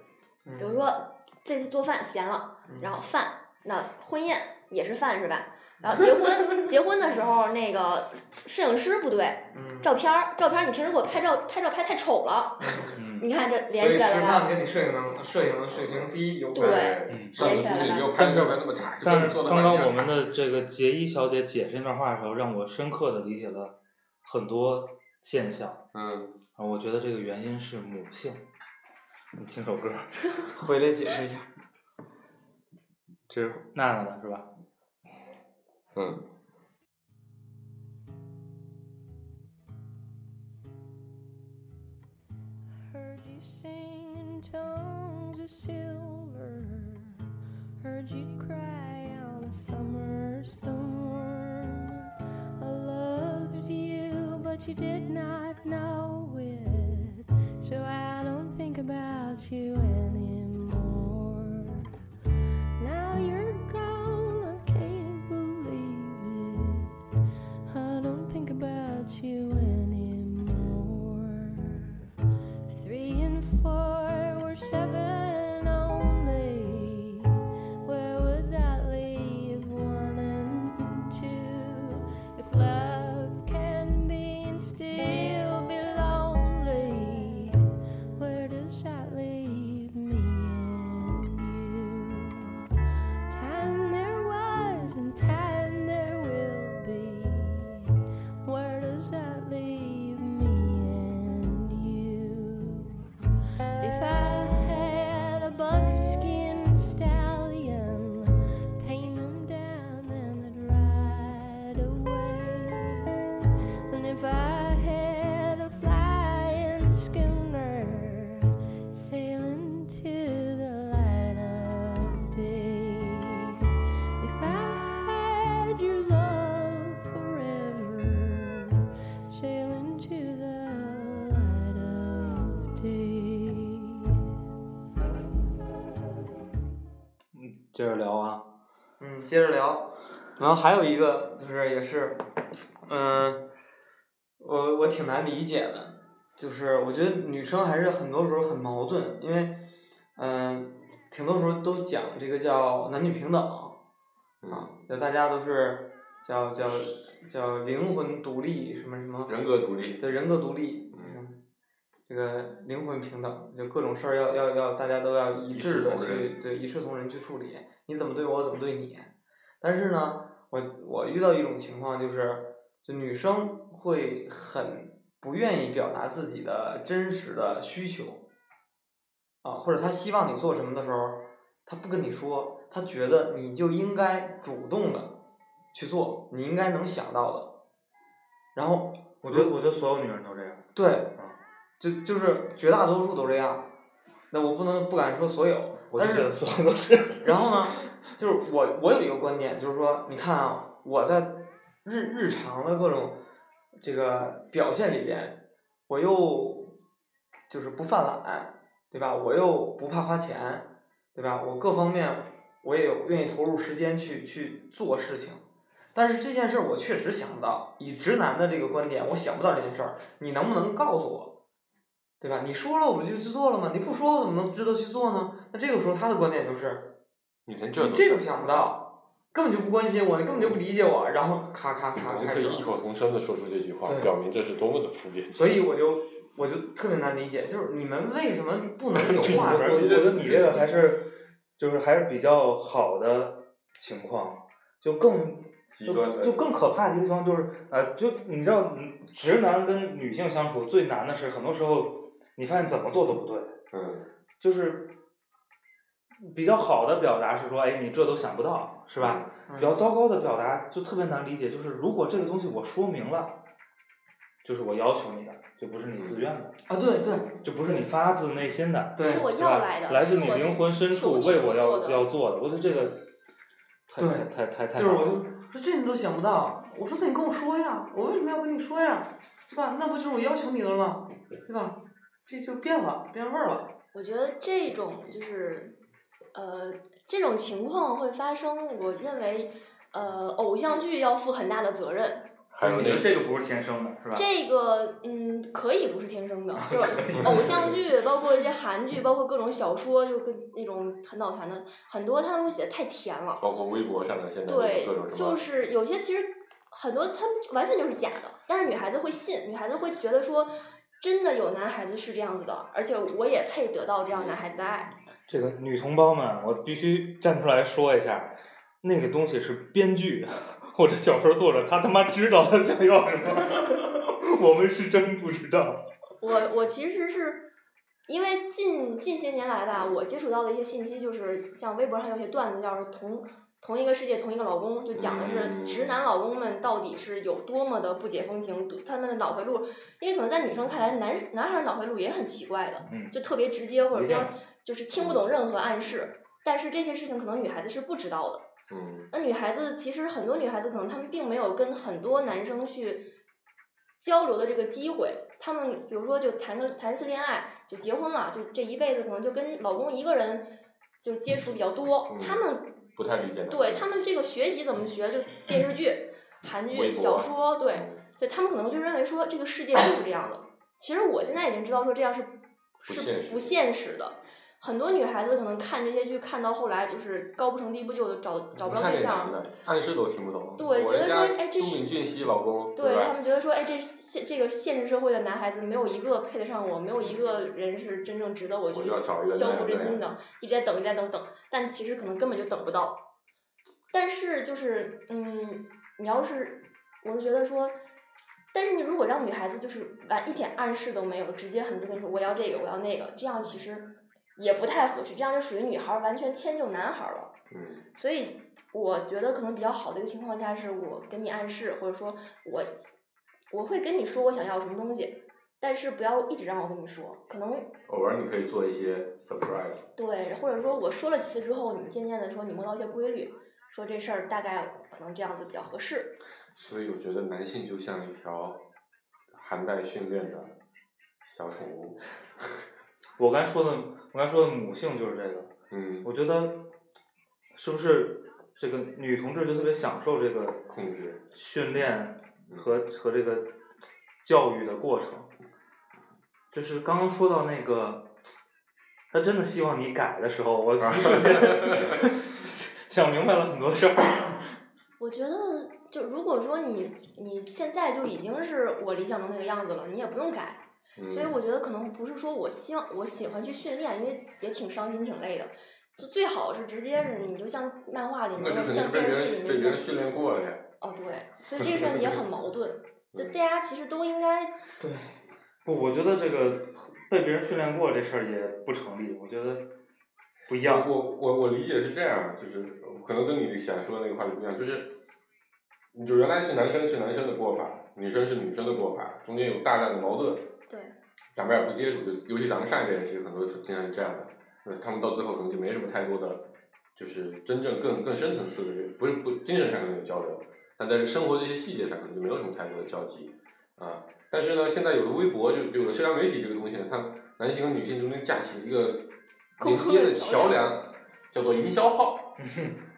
S5: 比如说这次做饭咸了，
S2: 嗯，
S5: 然后饭那婚宴也是饭是吧？然后结婚结婚的时候那个摄影师不对，
S2: 嗯
S5: 照片儿照片儿你平时给我拍照拍照拍太丑了，
S3: 嗯
S5: 你看这
S2: 所
S5: 联
S2: 以
S5: 起
S2: 吃
S5: 来了吧
S2: 饭？跟你摄影能摄影的水平低有关。
S5: 对
S3: 嗯
S4: 上次出去没有拍照片那么差，就
S3: 但
S4: 跟
S3: 是
S4: 做的
S3: 刚刚我
S4: 饭
S3: 们
S4: 一样
S3: 的这个杰伊小姐解释那段话的时候，让我深刻的理解了很多现象。
S4: 差嗯，
S3: 啊，我觉得这个原因是母性。你听首歌儿，
S2: 回来解释一下。
S3: 这是娜娜的是吧？
S4: 嗯。
S7: Heard you sing in tones of silver. Heard you cry on a summer storm. I loved you, but you did not know it. So I don't think about you anymore. Now you're gone, I can't believe it. I don't think about you anymore. Three and four were seven only. Where would that leave one and two? If love can be and still be lonely, where does that leave me and you? Time there was and time there will be. Where does that leave me and you? If I had a buckskin stallion, tame him down and I'd ride away. And if I had a flying schooner, sailing to the light of day. If I had your love forever, sailing to the light of day.
S3: 接着聊啊，
S2: 嗯，接着聊。然后还有一个就是也是，嗯，我我挺难理解的，就是我觉得女生还是很多时候很矛盾，因为嗯，挺多时候都讲这个叫男女平等啊，就大家都是叫叫叫灵魂独立什么什么，
S4: 人格独立，
S2: 对人格独立，
S4: 嗯
S2: 这个灵魂平等，就各种事儿要要要大家都要一
S4: 一
S2: 致
S4: 视
S2: 的
S4: 同
S2: 去
S4: 仁
S2: 对一视同仁去处理，你怎么对我，我怎么对你。但是呢，我我遇到一种情况就是，就女生会很不愿意表达自己的真实的需求，啊，或者她希望你做什么的时候，她不跟你说，她觉得你就应该主动的去做，你应该能想到的。然后
S3: 我觉得我觉得所有女人都这样。
S2: 对，就就是绝大多数都这样。那我不能不敢说所有，
S3: 我就
S2: 但
S3: 觉得
S2: 是
S3: 所有都是。
S2: 然后呢，就是我我有一个观点，就是说，你看啊，我在日日常的各种这个表现里边，我又就是不犯懒，对吧？我又不怕花钱，对吧？我各方面我也有愿意投入时间去去做事情。但是这件事儿我确实想不到，以直男的这个观点，我想不到这件事儿。你能不能告诉我，对吧？你说了我们就去做了吗？你不说我怎么能知道去做呢？那这个时候他的观点就是，
S4: 你连这
S2: 你
S4: 都
S2: 这
S4: 是
S2: 个，想不到，根本就不关心我，你根本就不理解我，然后咔咔咔
S4: 我们
S2: 开
S4: 可
S2: 始
S4: 以异
S2: 了。
S4: 口同声的说出这句话，
S2: 对
S4: 表明这是多么的敷衍。
S2: 所以我就我就特别难理解，就是你们为什么不能 有话
S3: 我我
S2: 说？
S3: 觉得你这个还是就是还是比较好的情况，就更
S8: 极端
S3: 就
S8: 的
S3: 就更可怕的一个情况就是呃，就你知道嗯直男跟女性相处最难的是，很多时候你发现怎么做都不对，
S4: 嗯，
S3: 就是比较好的表达是说，哎，你这都想不到，是吧？比较
S2: 嗯
S3: 糟糕的表达就特别难理解，就是如果这个东西我说明了，就是我要求你的，就不是你自愿的，
S2: 啊，对对
S3: 就不是你发自内心的，
S2: 对
S5: 是我
S3: 对
S5: 要
S3: 吧
S5: 来的，
S3: 来
S5: 是
S3: 自你
S5: 我
S3: 灵魂深
S5: 求
S3: 处
S5: 你
S3: 为
S5: 我
S3: 我要
S5: 做的
S3: 要做的，我觉得这个太
S2: 对
S3: 太太太太
S2: 就是
S3: 好
S2: 我
S3: 了
S2: 就说这你都想不到，我说那你跟我说呀，我为什么要跟你说呀，对吧？那不就是我要求你的了吗？对吧？这就变了，变味儿了。
S5: 我觉得这种就是，呃，这种情况会发生，我认为，呃，偶像剧要负很大的责任。
S4: 还有
S3: 你
S4: 那
S3: 觉得
S4: 个
S3: 这个不是天生的，是吧？
S5: 这个嗯，可以不是 天生的，就是偶像剧，包括一些韩剧，包括各种小说，就跟那种很脑残的，很多他们会写的太甜了。
S4: 包括微博上的现在有
S5: 对
S4: 嗯各种，什
S5: 就
S4: 么，
S5: 是有些其实很多他们完全就是假的，但是女孩子会信，女孩子会觉得说，真的有男孩子是这样子的，而且我也配得到这样男孩子的爱。
S3: 这个女同胞们，我必须站出来说一下，那个东西是编剧或者小说作者他他妈知道他想要什么， 我们是真不知道。
S5: 我我其实是因为近近些年来吧，我接触到的一些信息就是，像微博上有些段子，叫是同同一个世界同一个老公，就讲的是
S4: 嗯
S5: 直男老公们到底是有多么的不解风情，多他们的脑回路，因为可能在女生看来，男男孩儿脑回路也很奇怪的，
S3: 嗯
S5: 就特别直接，或者
S3: 一定
S5: 说就是听不懂任何暗示，但是这些事情可能女孩子是不知道的。
S4: 嗯，
S5: 那女孩子其实很多女孩子可能她们并没有跟很多男生去交流的这个机会，她们比如说就谈个谈一次恋爱就结婚了，就这一辈子可能就跟老公一个人就接触比较多
S4: 嗯，
S5: 她们
S4: 不太理解的。
S5: 对她们这个学习怎么学，就电视剧、韩
S4: 微
S5: 剧、
S4: 博
S5: 小说，对，
S4: 嗯，
S5: 所以他们可能就认为说这个世界就是这样的。其实我现在已经知道说这样是
S4: 现
S5: 是
S4: 实
S5: 不现实的。很多女孩子可能看这些剧，看到后来就是高不成低不就的，找找不着
S4: 嗯看
S5: 对
S4: 这
S5: 象
S4: 男，的，暗示都听不懂。
S5: 对
S4: 我
S5: 觉得
S4: 人
S5: 说
S4: 家
S5: 哎这
S4: 都
S5: 是
S4: 敏俊熙老公，
S5: 对他
S4: 吧？
S5: 们觉得说，哎，这现这个现实社会的男孩子没有一个配得上我，没有一个人是真正值得我
S4: 我
S5: 去
S4: 就要找一个
S5: 交
S4: 男
S5: 付
S4: 人
S5: 真
S4: 对
S5: 心的，一直在等，一直在等等，但其实可能根本就等不到。但是就是，嗯，你要是，我是觉得说，但是你如果让女孩子就是完一点暗示都没有，直接很直跟你说我要这个，我要那个，这样其实也不太合适，这样就属于女孩儿完全迁就男孩儿了。
S4: 嗯，
S5: 所以我觉得可能比较好的一个情况下是我给你暗示，或者说我我会跟你说我想要什么东西，但是不要一直让我跟你说，可能
S4: 偶尔你可以做一些 surprise。
S5: 对，或者说我说了几次之后，你渐渐的说你摸到一些规律，说这事儿大概可能这样子比较合适。
S4: 所以我觉得男性就像一条含带训练的小宠 物。
S3: 我刚才说的，我刚才说的母性就是这个，
S4: 嗯，
S3: 我觉得是不是这个女同志就特别享受这个
S4: 控制嗯
S3: 训练和和这个教育的过程？就是刚刚说到那个，他真的希望你改的时候，我一瞬 间想明白了很多事儿。
S5: 我觉得就如果说你你现在就已经是我理想的那个样子了，你也不用改，
S4: 嗯、
S5: 所以我觉得可能不是说我希望我喜欢去训练，因为也挺伤心挺累的。就最好是直接是你就像漫画里面
S4: 那
S5: 或
S4: 就
S5: 者
S4: 是你是
S5: 像
S4: 被
S5: 电
S4: 别
S5: 视剧
S4: 人
S5: 里
S4: 被别
S5: 面那
S4: 人
S5: 种
S4: 训练过了呀。
S5: 哦 对，所以这个事儿也很矛盾。就
S4: 嗯
S5: 大家其实都应该
S2: 对，
S3: 不，我觉得这个被别人训练过这事儿也不成立，我觉得不一样。
S4: 我我我理解是这样，就是可能跟你想说的那个话题不一样，就是，就原来是男生是男生的过法，女生是女生的过法，中间有大量的矛盾，
S5: 对
S4: 两边也不接触，就是尤其咱们上一辈人其实很多经常是这样的，那他们到最后可能就没什么太多的，就是真正更更深层次的，不是不精神上可能有交流，但在生活这些细节上可能就没有什么太多的交集，啊，但是呢，现在有了微博，就就有了社交媒体这个东西呢，它男性和女性中间架起一个连接的桥梁，叫做营销号。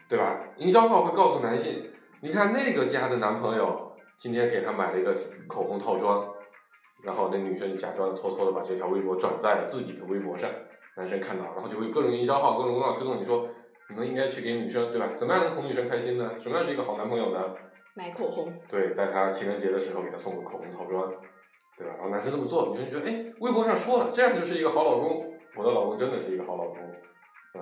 S4: 对吧？营销号会告诉男性，你看那个家的男朋友今天给他买了一个口红套装，然后那女生假装偷偷的把这条微博转在了自己的微博上，男生看到，然后就会有各种营销号、各种公号推送你说，你们应该去给女生，对吧？怎么样能哄女生开心呢？什么样是一个好男朋友呢？
S5: 买口红，
S4: 对，在她情人节的时候给她送个口红套装，对吧？然后男生这么做，女生觉得，哎，微博上说了，这样就是一个好老公，我的老公真的是一个好老公，嗯。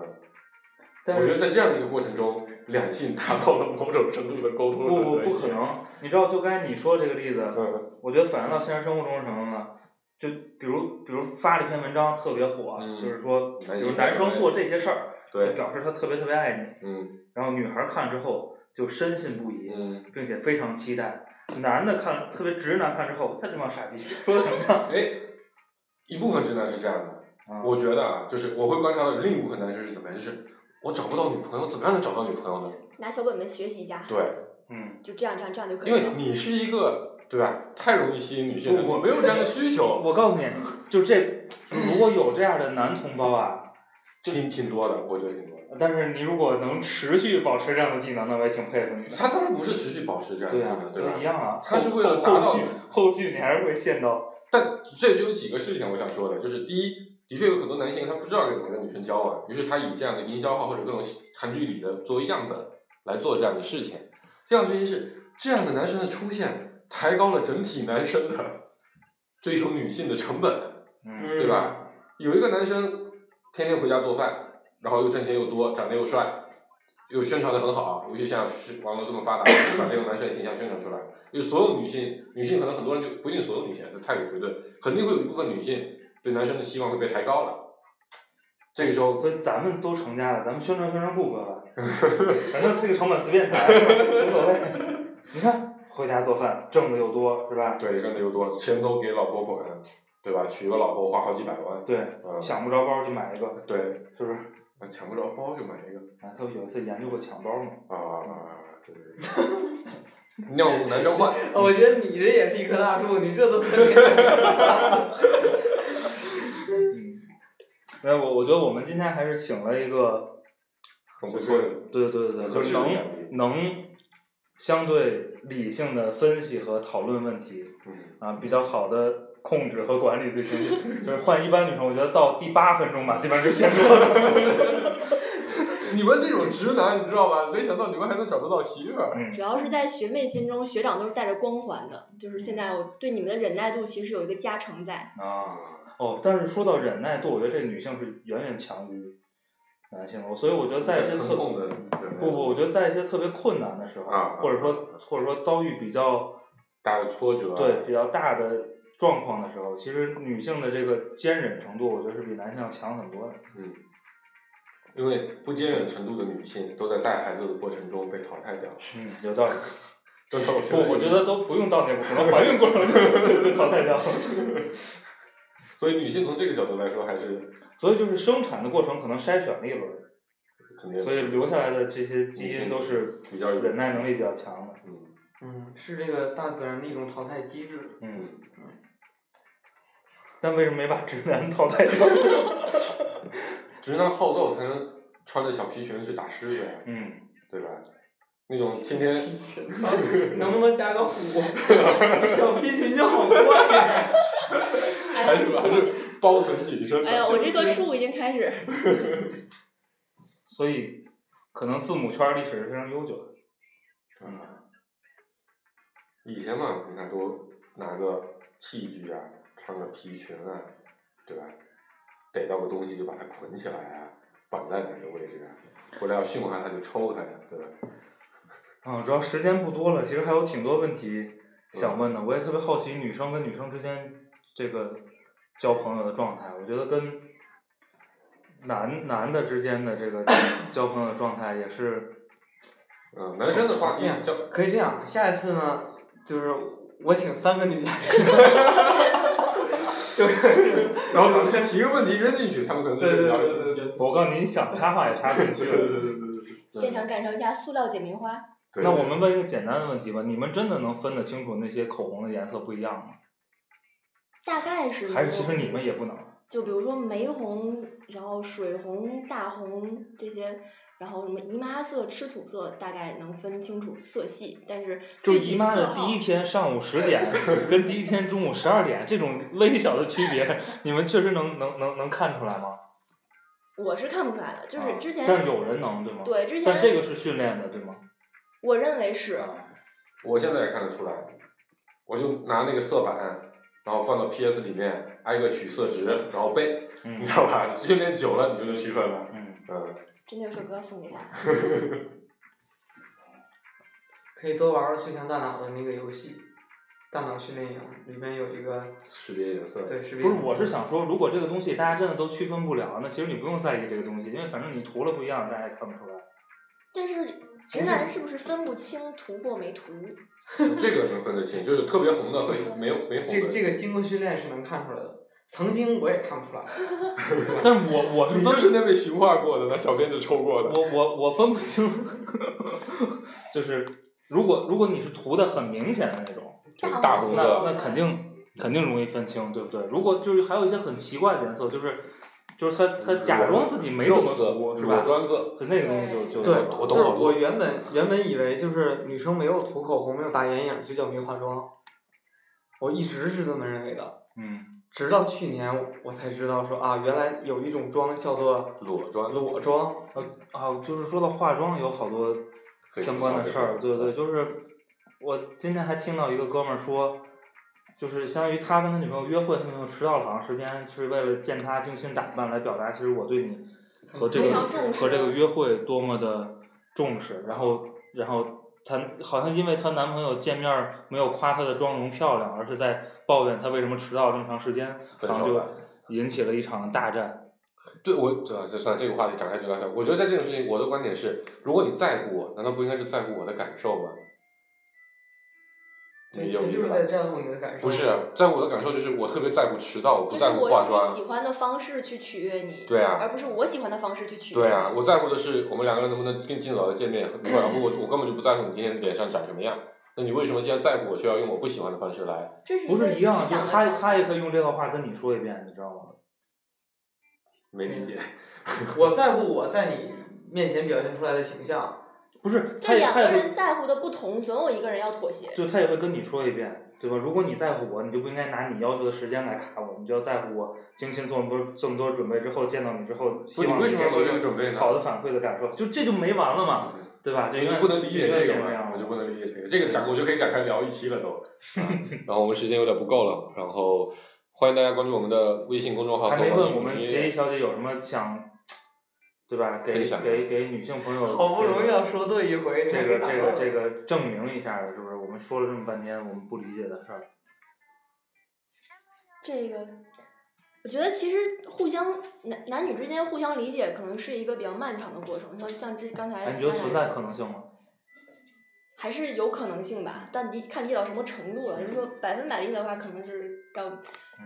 S2: 但
S4: 我觉
S2: 是
S4: 得在这样的一个过程中，两性达到了某种程度的沟通。
S3: 不不不可。能，你知道，就刚才你说这个例子，
S4: 嗯
S3: 我觉得反映到现实生活中是什么呢？就比如比如发了一篇文章特别火，
S4: 嗯
S3: 就是说，
S4: 男性
S3: 比如男生做这些事儿，就
S4: 对，
S3: 表示他特别特别爱你，
S4: 嗯
S3: 然后女孩看了之后就深信不疑，
S4: 嗯，
S3: 并且非常期待。男的看特别直男看之后，这他妈傻逼，说的什么呢？
S4: 哎，一部分直男是这样的，
S3: 啊
S4: 我觉得啊，就是我会观察到有另一部分男生是怎么样，就是我找不到女朋友，怎么样能找到女朋友呢？
S5: 拿小本本学习一下，
S4: 对，
S3: 嗯，
S5: 就这样这样这样就可以
S4: 因为
S5: 了。
S4: 你是一个对吧，太容易吸引女性了，
S3: 不不
S4: 我没有这样的需求，
S3: 我告诉你，就这，如果有这样的男同胞啊，
S4: 挺挺多的，我觉得挺多的。
S3: 但是你如果能持续保持这样的技能，那我也挺佩服你的。
S4: 他当然不是持续保持这样的
S3: 对
S4: 技
S3: 啊
S4: 能，，对
S3: 就
S4: 吧
S3: 一？样啊。
S4: 他是
S3: 后
S4: 为了达
S3: 后
S4: 到
S3: 后续，后续你还是会陷到。
S4: 但这就有几个事情我想说的，就是第一，的确有很多男性他不知道该怎么跟女生交往，于是他以这样的营销号或者各种韩剧里的作为样本来做这样的事情。第二个事情是，这样的男生的出现抬高了整体男生的 追求女性的成本，
S3: 嗯
S4: 对吧？有一个男生天天回家做饭，然后又挣钱又多，长得又帅，又宣传的很好，尤其像是网络这么发达， 把这种男生的形象宣传出来。因为所有女性，女性可能很多人就不一定所有女性，这太有绝对，肯定会有一部分女性对男生的期望会被抬高了。这个时候
S3: 不，是，咱们都成家了，咱们宣传宣传顾客 吧，反正这个成本随便谈，无所谓。你看，回家做饭挣的又多，是吧？
S4: 对挣的又多，钱都给老婆管，对吧？娶个老婆花好几百万，
S3: 对，
S4: 嗯，
S3: 抢不着包就买一个，
S4: 对，
S3: 是不是？
S4: 啊抢不着包就买一个
S3: 啊，他有一次研究过抢包嘛，
S4: 啊啊，啊对 对对，尿路男生换，
S2: 啊我觉得你这也是一棵大树，你这都分辨。
S3: 嗯，没有我，我觉得我们今天还是请了一个，
S4: 很不
S3: 就
S4: 错的
S3: 是对对对对，
S4: 很
S3: 就
S4: 合
S3: 是
S4: 适的嘉
S3: 能
S4: 宾
S3: 能相对理性的分析和讨论问题，
S4: 嗯。
S3: 啊，比较好的控制和管理自己 情绪。就是换一般女生，我觉得到第八分钟吧，基本上就陷入了。
S4: 你们这种直男，你知道吧？没想到你们还能找得到媳妇儿。
S3: 嗯
S5: 主要是在学妹心中，学长都是带着光环的，就是现在我对你们的忍耐度其实有一个加成在。
S3: 啊，哦，但是说到忍耐度，我觉得这女性是远远强于男性的，所以我觉得在一些
S4: 疼
S3: 特
S4: 痛的
S3: 不不，我觉得在一些特别困难的时候，
S4: 啊
S3: 或者说或者说遭遇比较
S4: 大的挫折，啊
S3: 对，比较大的状况的时候，其实女性的这个坚忍程度，我觉得是比男性要强很多的。
S4: 嗯，因为不坚忍程度的女性都在带孩子的过程中被淘汰掉。
S3: 嗯，有道理。
S4: 真 的，我
S3: 不，我觉得都不用到那步，可能怀孕过程 就就淘汰掉了。
S4: 所以女性从这个角度来说，还是
S3: 所以就是生产的过程可能筛选了一轮儿，
S4: 肯定
S3: 所以留下来的这些基因都是
S4: 嗯比较有
S3: 忍耐能力比较强的。
S4: 嗯，
S2: 嗯，是这个大自然的一种淘汰机制。
S3: 嗯，但为什么没把直男淘汰掉？
S4: 直男好斗才能穿着小皮裙去打狮子呀，
S3: 嗯，
S4: 对吧？那种天天
S2: 皮裙子，能不能加个虎？小皮裙就好怪呀。
S4: 还是还是包臀紧身的，啊
S5: 哎呀，我这个树已经开始，
S3: 所以可能字母圈儿历史是非常悠久的。
S4: 嗯，以前嘛，你看都拿个器具啊，穿个皮裙啊，对吧？逮到个东西就把它捆起来啊，绑在哪个位置啊？回来要驯化它就抽它呀，对吧？
S3: 啊，主要时间不多了，其实还有挺多问题想问的。我也特别好奇女生跟女生之间这个交朋友的状态，我觉得跟男男的之间的这个交朋友的状态也是，
S4: 嗯，男生的话题
S2: 这样
S4: 叫
S2: 可以这样，下一次呢，就是我请三个女嘉宾。就是，
S4: 然后咱们再提个问题扔进去，他们可能就
S2: 对
S4: 会
S2: 对
S4: 比较
S2: 对
S4: 有
S2: 对
S4: 信
S2: 对
S4: 心。
S3: 我告诉你，你想插话也插不进去
S4: 对
S3: 了。
S4: 对对对对对。
S5: 现场感受一下塑料姐妹花。
S4: 对
S3: 那我们问一个简单的问题吧，你们真的能分得清楚那些口红的颜色不一样吗？
S5: 嗯大概是
S3: 还
S5: 如
S3: 是其
S5: 果
S3: 实你们也不能？
S5: 就比如说玫红，然后水红、大红这些，然后什么姨妈色、吃土色，大概能分清楚色系，但是
S3: 就
S5: 具
S3: 姨
S5: 体
S3: 妈
S5: 色
S3: 的
S5: 号
S3: 第一天上午十 点跟第一天中午十二点这种微小的区别，你们确实能能能能看出来吗？
S5: 我是看不出来的，就是
S3: 啊
S5: 之前、
S3: 但是有人能对吗？
S5: 对之前
S3: 但这个是啊训练的对吗？
S5: 我认为是
S4: 我现在也看得出来，我就拿那个色板，然后放到 PS 里面，挨个取色值，然后背，你
S3: 嗯
S4: 知道吧？训练久了你就能区分了。
S3: 嗯，
S4: 嗯，
S5: 真的有首歌送给大 家，
S2: 可以多玩玩《最强大脑》的那个游戏，大脑训练营里面有一个
S4: 识别颜色。
S2: 对，是
S3: 不是，我是想说，如果这个东西大家真的都区分不了，那其实你不用在意这个东西，因为反正你涂了不一样，大家也看不 出来。
S5: 但是直男是不是分不清涂或没涂？
S4: 这个能分得清，就是特别红的和没有没红的。
S2: 这个这个经过训练是能看出来的，曾经我也看不出来，
S3: 但是我我是
S4: 你
S3: 分
S4: 就是那被驯化过的，那小辫子抽过的。
S3: 我我我分不清， 就是如果如果你是涂的很明显的那种，
S4: 就是
S5: 大
S4: 大
S5: 红
S4: 红
S5: 色
S3: 那
S5: 的
S3: 那肯定肯定容易分清，对不对？如果就是还有一些很奇怪的颜色，就是就是他他假装自己没怎么
S4: 肉色
S3: 涂，是
S4: 裸
S3: 吧？
S4: 砖色，
S3: 就那个东西就就
S2: 对
S3: 有了
S2: 就
S4: 我懂
S2: 是
S4: 好多
S2: 我原本原本以为就是女生没有涂口红、没有打眼影就叫没化妆，我一直是这么认为的，
S3: 嗯
S2: 直到去年我才知道说啊，原来有一种妆叫做
S4: 裸砖
S2: 裸妆，
S3: 啊，就是说到化妆有好多
S4: 可以
S3: 相
S4: 吐
S3: 关
S4: 槽
S3: 的
S4: 的
S3: 事儿，
S4: 事
S3: 对对，就是我今天还听到一个哥们儿说。就是相当于他跟他女朋友约会，他女朋友迟到了好长时间，是为了见他精心打扮来表达，其实我对你和这
S5: 非
S3: 个
S5: 常重视啊
S3: 和这个约会多么的重视，然后然后她好像因为她男朋友见面儿没有夸她的妆容漂亮，而是在抱怨她为什么迟到这么长时间，
S4: 分
S3: 然后
S4: 手
S3: 就
S4: 了
S3: 引起了一场大战。
S4: 对，我对吧？就算这个话题展开就聊下，我觉得在这种事情，我的观点是，如果你在乎我，难道不应该是在乎我的感受吗？
S2: 对，
S4: 你
S2: 这
S4: 有
S2: 就是在在乎你的感受。
S4: 不是，在乎我的感受就是我特别在乎迟到，我不
S5: 就
S4: 在
S5: 是
S4: 乎
S5: 我
S4: 化
S5: 用
S4: 妆
S5: 你。喜欢的方式去取悦你，
S4: 对啊
S5: 而不是我喜欢的方式去取悦你。
S4: 对啊，我在乎的是我们两个人能不能更尽早的见面，如果然后我我根本就不在乎你今天脸上长什么样，那你为什么既然在乎我，却要用我不喜欢的方式来？
S5: 这是
S3: 不
S5: 个
S3: 是一样，啊
S5: 理
S3: 就
S5: 想的
S3: 是他
S5: 状态
S3: 他也可以用这个话跟你说一遍，你知道吗？
S4: 没理解，
S3: 嗯
S2: 我在乎我在你面前表现出来的形象，
S3: 不是，他
S5: 这
S3: 也
S5: 两
S3: 他也
S5: 个人
S3: 会，
S5: 在乎的不同，总有一个人要妥协。
S3: 就他也会跟你说一遍，对吧？如果你在乎我，你就不应该拿你要求的时间来卡我，你就要在乎我精心做多这么多准备之后见到你之后，希望
S4: 你为什么
S3: 给
S4: 要
S3: 我
S4: 做这个准备呢
S3: 好的反馈的感受，就这就没完了嘛。 对吧？就
S4: 我
S3: 永
S4: 就
S3: 远
S4: 不能理解
S3: 永
S4: 这个
S3: 远这
S4: 嘛
S3: 样，
S4: 我就不能理解这个，这个展我就可以展开聊一 期了都。啊然后我们时间有点不够了，然后欢迎大家关注我们的微信公众号。
S3: 还没
S4: 和
S3: 问
S4: 网易
S3: 我
S4: 云
S3: 们
S4: 音乐
S3: 杰伊小姐有什么想，对吧？给
S4: 分享的
S3: 给给女性朋友，
S2: 好不容易要说对一回，
S3: 嗯这个这个这个证明一下，是不是？我们说了这么半天我们不理解的事儿，
S5: 这个，我觉得其实互相男男女之间互相理解，可能是一个比较漫长的过程。像像这刚才
S3: 哎，你觉得
S5: 刚才
S3: 存在可能性吗？
S5: 还是有可能性吧，但理看理解到什么程度了。就是说百分百理解的话，可能就是要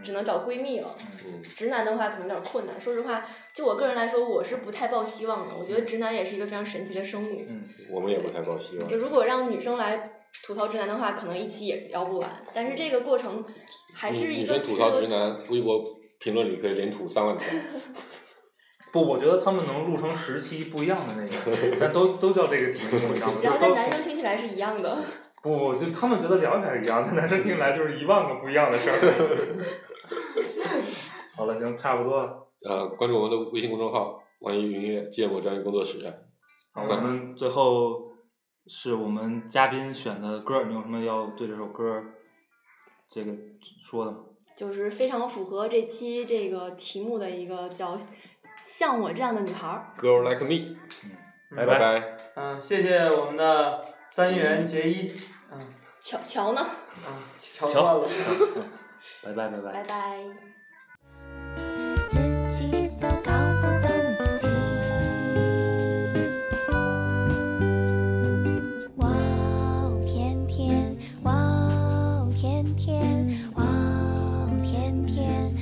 S5: 只能找闺蜜了。
S4: 嗯，
S5: 直男的话可能有点困难。说实话，就我个人来说，我是不太抱希望的。我觉得直男也是一个非常神奇的生物。
S3: 嗯，
S4: 我们也不太抱啊希望
S5: 就。如果让女生来吐槽直男的话，可能一期也聊不完。但是这个过程还是
S4: 女
S5: 一
S4: 女
S5: 个
S4: 生吐槽
S5: 值
S4: 直
S5: 得
S4: 男，微博评论里可以连吐三万条。
S3: 不，我觉得他们能录成十期不一样的那个，但都都叫这个题目，你知道吗？
S5: 然后
S3: 就
S5: 但
S3: 都
S5: 男生听起来是一样的。
S3: 不不，就他们觉得聊起来一样，但男生听来就是一万个不一样的事儿。 好了，行，差不多了。
S4: 呃，关注我们的微信公众号“网易云音乐芥末专业工作室
S3: 好，我们最后是我们嘉宾选的歌儿，你有什么要对这首歌儿这个说的吗？
S5: 就是非常符合这期这个题目的一个叫“像我这样的女孩儿
S4: “Girl Like Me”。
S3: 拜
S4: 拜拜。
S2: 嗯，谢谢我们的三元结衣，嗯”。
S5: 乔乔呢？
S2: 嗯，乔断了。
S3: 拜拜拜拜。
S5: 拜拜。
S7: 自己都搞不懂自己。哇哦天天，哇哦天天，哇哦天天，